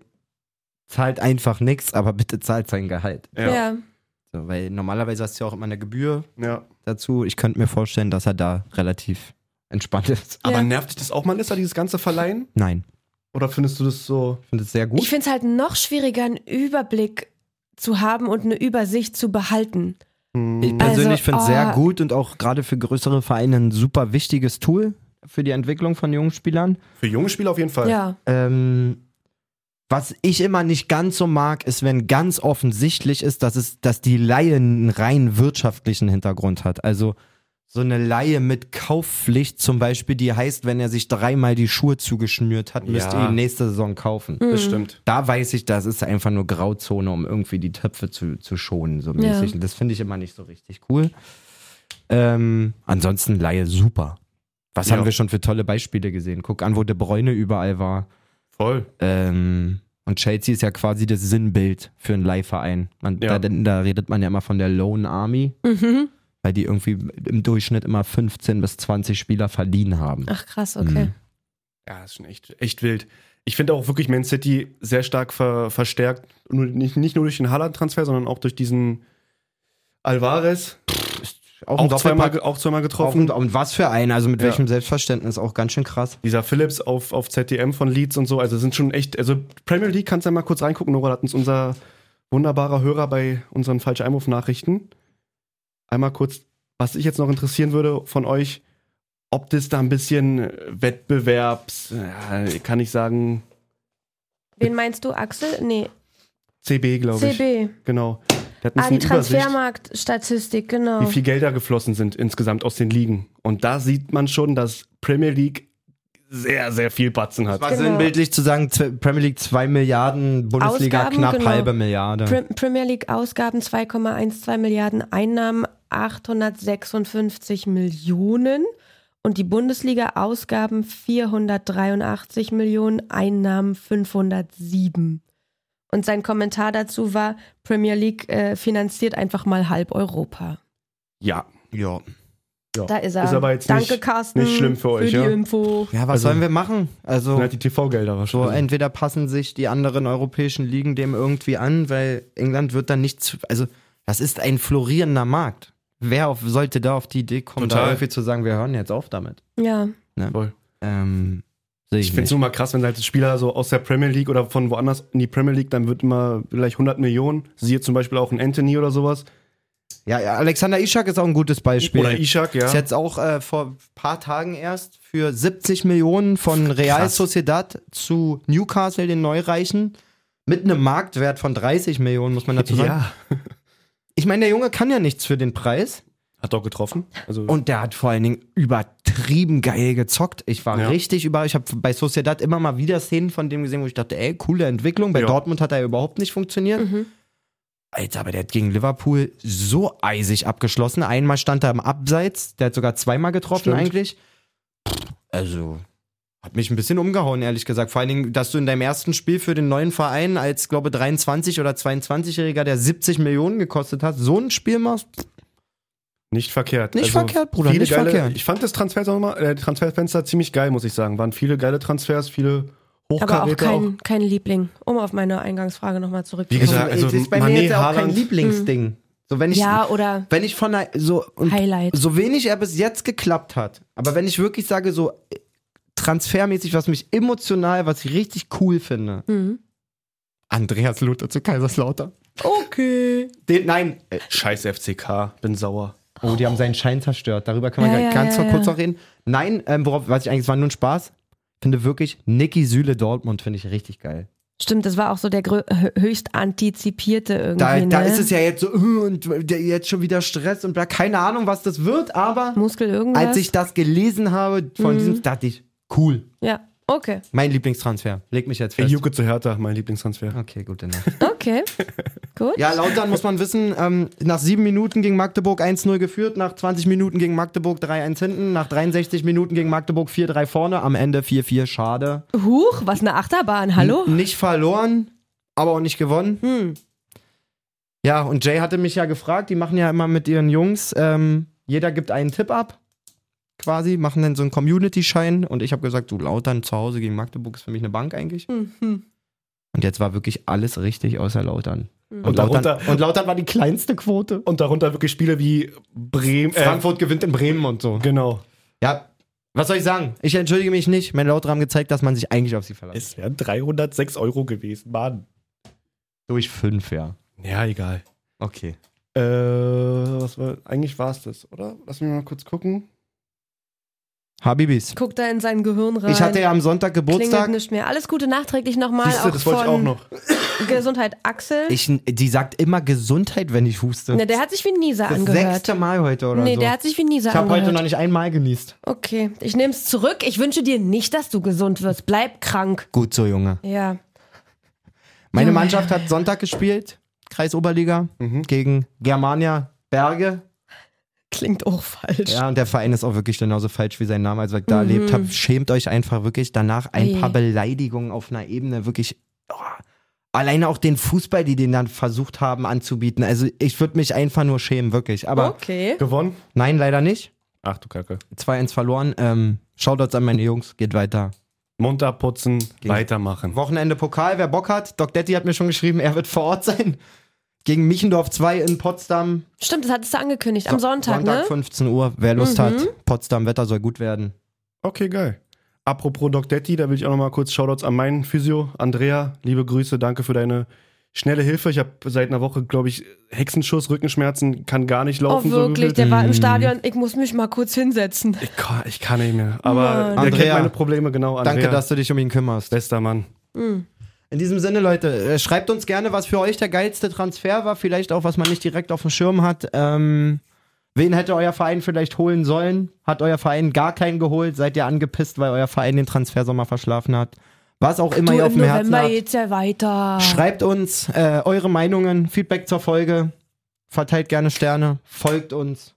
B: zahlt einfach nichts, aber bitte zahlt sein Gehalt.
C: ja.
B: So, weil normalerweise hast du ja auch immer eine Gebühr
E: Ja.
B: dazu. Ich könnte mir vorstellen, dass er da relativ entspannt ist.
E: Aber
C: Ja.
E: nervt dich das auch mal, Lissa, dieses ganze Verleihen?
B: Nein,
E: Oder findest du das so?
B: ich finde es sehr
C: Ich
B: gut.
C: finde es halt noch schwieriger, einen Überblick zu haben und eine Übersicht zu behalten.
E: hm,
B: Ich persönlich
C: Also,
B: finde es
C: oh.
B: sehr gut und auch gerade für größere Vereine ein super wichtiges Tool für die Entwicklung von jungen Spielern.
E: für junge Spieler auf jeden Fall.
C: Ja.
B: Ähm, was ich immer nicht ganz so mag, ist, wenn ganz offensichtlich ist, dass, es, dass die Laie einen rein wirtschaftlichen Hintergrund hat. Also so eine Laie mit Kaufpflicht zum Beispiel, die heißt, wenn er sich dreimal die Schuhe zugeschnürt hat, müsst
E: Ja.
B: ihr ihn nächste Saison kaufen.
C: Mhm.
E: Das stimmt.
B: Da weiß ich, das ist einfach nur Grauzone, um irgendwie die Töpfe zu, zu schonen, so
C: Ja.
B: mäßig. Und Das finde ich immer nicht so richtig cool. Ähm, ansonsten Laie super. Was
E: Ja.
B: haben wir schon für tolle Beispiele gesehen? Guck an, wo De Bruyne überall war.
E: Voll.
B: Ähm, und Chelsea ist ja quasi das Sinnbild für einen Leihverein. Man,
E: Ja.
B: da, da redet man ja immer von der Lone Army,
C: Mhm.
B: weil die irgendwie im Durchschnitt immer 15 bis 20 Spieler verliehen haben.
C: Ach krass,
E: Mhm.
C: okay.
E: Ja, ist schon echt, echt wild. Ich finde auch wirklich Man City sehr stark ver verstärkt. Nur, nicht, nicht nur durch den Haaland-Transfer, sondern auch durch diesen Alvarez. Auch, zweimal, ge- auch zweimal getroffen.
B: getroffen. Und was für einen, also mit
E: Ja.
B: welchem Selbstverständnis, auch ganz schön krass.
E: Dieser Phillips auf, auf ZDM von Leeds und so. Also sind schon echt. Also Premier League kannst du ja mal kurz reingucken, Nora. Da hat uns unser wunderbarer Hörer bei unseren falschen Einwurf-Nachrichten. Einmal kurz, was ich jetzt noch interessieren würde von euch, ob das da ein bisschen Wettbewerbs, ja, kann ich sagen,
C: Wen meinst du, Axel? Nee,
E: CB, glaube ich.
C: CB.
E: Genau. Der hat uns
C: Ah, die
E: eine Übersicht,
C: Transfermarktstatistik, genau.
E: wie viel Gelder geflossen sind insgesamt aus den Ligen. Und da sieht man schon, dass Premier League sehr, sehr viel Batzen hat.
B: War
C: Genau.
B: sinnbildlich zu sagen, z- Premier League 2 Milliarden, Bundesliga
C: Ausgaben,
B: knapp
C: genau.
B: halbe Milliarde.
C: Pre Premier League Ausgaben 2,12 Milliarden, Einnahmen 856 Millionen und die Bundesliga Ausgaben 483 Millionen, Einnahmen 507. Und sein Kommentar dazu war, Premier League äh, finanziert einfach mal halb Europa.
E: ja.
B: ja.
C: Da ist er.
E: Ist aber jetzt
C: Danke,
E: nicht-
C: Carsten.
E: nicht schlimm für euch,
C: Für die
E: ja?
C: Info.
B: ja, was
E: Also-
B: sollen wir machen? Also,
E: Dann hat halt die TV-Gelder
B: So,
E: wahrscheinlich.
B: entweder passen sich die anderen europäischen Ligen dem irgendwie an, weil England wird dann nichts. Also, das ist ein florierender Markt. wer auf, sollte da auf die Idee kommen, da
E: Total.
B: irgendwie zu sagen, wir hören jetzt auf damit?
C: Ja.
B: Ne?
E: Voll.
B: Ähm, sehe ich
E: Ich finde es
B: nicht.
E: nur mal krass, wenn halt Spieler so aus der Premier League oder von woanders in die Premier League, dann wird immer gleich 100 Millionen. Siehe zum Beispiel auch ein Anthony oder sowas.
B: Ja, ja, Alexander Ishak ist auch ein gutes Beispiel.
E: Oder Ishak, ja.
B: Ist jetzt auch äh, vor ein paar Tagen erst für 70 Millionen von Real
E: Krass.
B: Sociedad zu Newcastle, den Neureichen, mit einem Marktwert von 30 Millionen, muss man dazu sagen. Ich meine, der Junge kann ja nichts für den Preis.
E: Hat auch getroffen. Also
B: Und der hat vor allen Dingen übertrieben geil gezockt. Ich war
E: Ja.
B: richtig über. Ich habe bei Sociedad immer mal wieder Szenen von dem gesehen, wo ich dachte, ey, coole Entwicklung. Bei
E: Ja.
B: Dortmund hat er ja überhaupt nicht funktioniert. Alter, aber der hat gegen Liverpool so eisig abgeschlossen. Einmal stand er im Abseits, der hat sogar zweimal getroffen
E: Stimmt.
B: eigentlich. Also, hat mich ein bisschen umgehauen, ehrlich gesagt. Vor allen Dingen, dass du in deinem ersten Spiel für den neuen Verein als, glaube 23- oder 22-Jähriger, der 70 Millionen gekostet hat, so ein Spiel machst.
E: nicht verkehrt. Also
B: Nicht verkehrt, Bruder,
E: viele
B: nicht
E: geile,
B: verkehrt.
E: Ich fand das Transferfenster, auch mal, äh, Transferfenster ziemlich geil, muss ich sagen. Waren viele geile Transfers, viele
C: Aber auch
E: Hochkaräter auch.
C: kein, kein Liebling, um auf meine Eingangsfrage nochmal
E: Wie
C: zurückzukommen.
E: gesagt, also
B: es ist bei
E: Mané,
B: mir jetzt auch kein
E: Haaland.
B: Lieblingsding. So, wenn ich,
C: Ja, oder
B: wenn ich von einer, so, und
C: Highlight.
B: so wenig er bis jetzt geklappt hat, aber wenn ich wirklich sage, so äh, transfermäßig, was mich emotional, was ich richtig cool finde.
C: Mhm.
B: Andreas Luther zu Kaiserslautern.
C: Okay.
B: Den, nein, äh,
E: Scheiß FCK, bin sauer.
B: oh, die haben seinen Schein zerstört. Darüber können wir
C: Ja,
B: gleich
C: ja,
B: ganz
C: ja,
B: kurz
C: ja.
B: noch reden. Nein, ähm, worauf, was ich eigentlich, es war nur ein Spaß. Finde wirklich, Niki Süle Dortmund finde ich richtig geil.
C: Stimmt, das war auch so der grö- hö- höchst antizipierte irgendwie.
B: Da,
C: ne?
B: da ist es ja jetzt so, äh, und der- jetzt schon wieder Stress und bla, keine Ahnung, was das wird, aber
C: Muskel irgendwas.
B: als ich das gelesen habe
C: Mhm.
B: von diesem, dachte ich, cool,
C: ja, okay.
B: mein Lieblingstransfer. Leg mich jetzt
E: Ey,
B: fest.
E: Juke zu Hertha, mein Lieblingstransfer.
B: Okay, gute Nacht.
C: Okay. Gut.
B: Ja, Lautern muss man wissen, ähm, nach sieben Minuten gegen Magdeburg 1-0 geführt, nach 20 Minuten gegen Magdeburg 3-1 hinten, nach 63 Minuten gegen Magdeburg 4-3 vorne, am Ende 4-4, schade.
C: Huch, was eine Achterbahn, hallo? Hm.
B: N nicht verloren, aber auch nicht gewonnen. Ja, und Jay hatte mich ja gefragt, die machen ja immer mit ihren Jungs, ähm, jeder gibt einen Tipp ab, quasi, machen dann so einen Community-Schein und ich habe gesagt, du Lautern zu Hause gegen Magdeburg ist für mich eine Bank eigentlich.
C: Hm,
B: Und jetzt war wirklich alles richtig außer Lautern.
C: Hm.
B: Und, Lautern,
E: darunter-
B: und Lautern war die kleinste Quote.
E: Und darunter wirklich Spiele wie Bremen. Äh,
B: Frankfurt gewinnt in Bremen und so.
E: genau.
B: Ja, was soll ich sagen? Ich entschuldige mich nicht. Meine Lautern haben gezeigt, dass man sich eigentlich auf sie verlässt.
E: Es wären 306 Euro gewesen, Mann.
B: durch fünf, ja.
E: Ja, egal.
B: Okay.
E: Äh, was war, eigentlich war es das, oder? Lass mich mal kurz gucken.
B: Habibis.
C: Guck da in sein Gehirn rein.
B: Ich hatte ja am Sonntag
C: Klingelt
B: Geburtstag.
C: nicht mehr. Alles Gute nachträglich nochmal.
E: Siehste,
C: Auch
E: das
C: von
E: wollte ich auch noch.
C: Gesundheit Axel.
B: Ich, die sagt immer Gesundheit, wenn ich huste.
C: ne, der hat sich wie ein Nieser
B: das
C: angehört.
B: sechste Mal heute oder
C: nee,
B: so.
C: der hat sich wie ein Nieser
B: ich habe
C: angehört.
B: heute noch nicht einmal genießt.
C: okay, ich nehme es zurück. Ich wünsche dir nicht, dass du gesund wirst. Bleib krank.
B: Gut so, Junge.
C: Ja.
B: Meine Mannschaft hat Sonntag gespielt, Kreis Oberliga, gegen Germania Berge.
C: Klingt auch falsch.
B: Ja, und der Verein ist auch wirklich genauso falsch wie sein Name, als ich da
C: Mhm.
B: erlebt habe. Schämt euch einfach wirklich danach ein
C: Oje.
B: paar Beleidigungen auf einer Ebene, wirklich. Oh, alleine auch den Fußball, die den dann versucht haben anzubieten. Also ich würde mich einfach nur schämen, wirklich. Aber
C: Okay.
E: Gewonnen?
B: nein, leider nicht.
E: Ach du Kacke.
B: 2-1 verloren. Ähm, Shoutouts an meine Jungs, geht weiter.
E: Mund abputzen, weitermachen.
B: Wochenende Pokal, wer Bock hat. Doc Detti hat mir schon geschrieben, er wird vor Ort sein. Gegen Michendorf 2 in Potsdam.
C: Stimmt, das hattest du angekündigt. Am Sonntag,
B: Sonntag
C: ne? Mhm.
B: 15 Uhr, wer Lust hat. Potsdam, Wetter soll gut werden.
E: Okay, geil. Apropos Doc Detti, da will ich auch nochmal kurz Shoutouts an meinen Physio. Andrea, liebe Grüße, danke für deine schnelle Hilfe. Ich habe seit einer Woche, glaube ich, Hexenschuss, Rückenschmerzen, kann gar nicht
C: Oh,
E: laufen.
C: wirklich,
E: So
C: der
E: übel.
B: Mhm.
C: war im Stadion. Ich muss mich mal kurz hinsetzen.
E: ich, kann, ich kann nicht mehr. Aber
C: Mann.
E: der kennt
B: Andrea.
E: meine Probleme, genau. Andrea,
B: Danke, dass du dich um ihn kümmerst.
E: Bester Mann.
B: In diesem Sinne, Leute, äh, schreibt uns gerne, was für euch der geilste Transfer war. Vielleicht auch, was man nicht direkt auf dem Schirm hat. Ähm, wen hätte euer Verein vielleicht holen sollen? Hat euer Verein gar keinen geholt? Seid ihr angepisst, weil euer Verein den Transfersommer verschlafen hat? Was auch immer
C: Du,
B: ihr
C: im
B: auf dem Herzen
C: November
B: habt.
C: geht's ja weiter.
B: Schreibt uns äh, eure Meinungen, Feedback zur Folge. Verteilt gerne Sterne, folgt uns,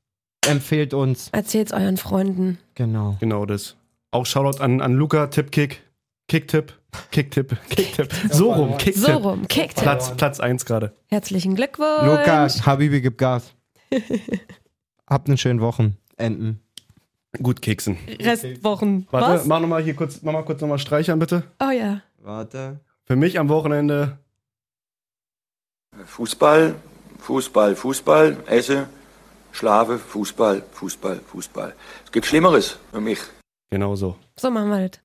B: empfehlt uns.
C: Erzähl's euren Freunden.
B: Genau.
E: Genau das. Auch Shoutout an, an Luca, Tippkick, Kicktipp, Kicktipp, Kicktipp. So rum, Kicktipp.
C: So rum, kickt.
E: Platz, Platz 1 gerade.
C: Herzlichen Glückwunsch.
B: Lukas, Habibi, gib Gas. Habt einen schönen Wochen. Enden.
E: Gut keksen.
C: Restwochen.
E: Warte,
C: Was?
E: mach nochmal hier kurz, mach mal kurz nochmal streichern, bitte.
C: Oh ja.
B: Warte.
E: Für mich am Wochenende
A: Fußball, Fußball, Fußball, Esse, Schlafe, Fußball, Fußball, Fußball. Es gibt Schlimmeres für mich.
E: Genau so.
C: So machen wir das.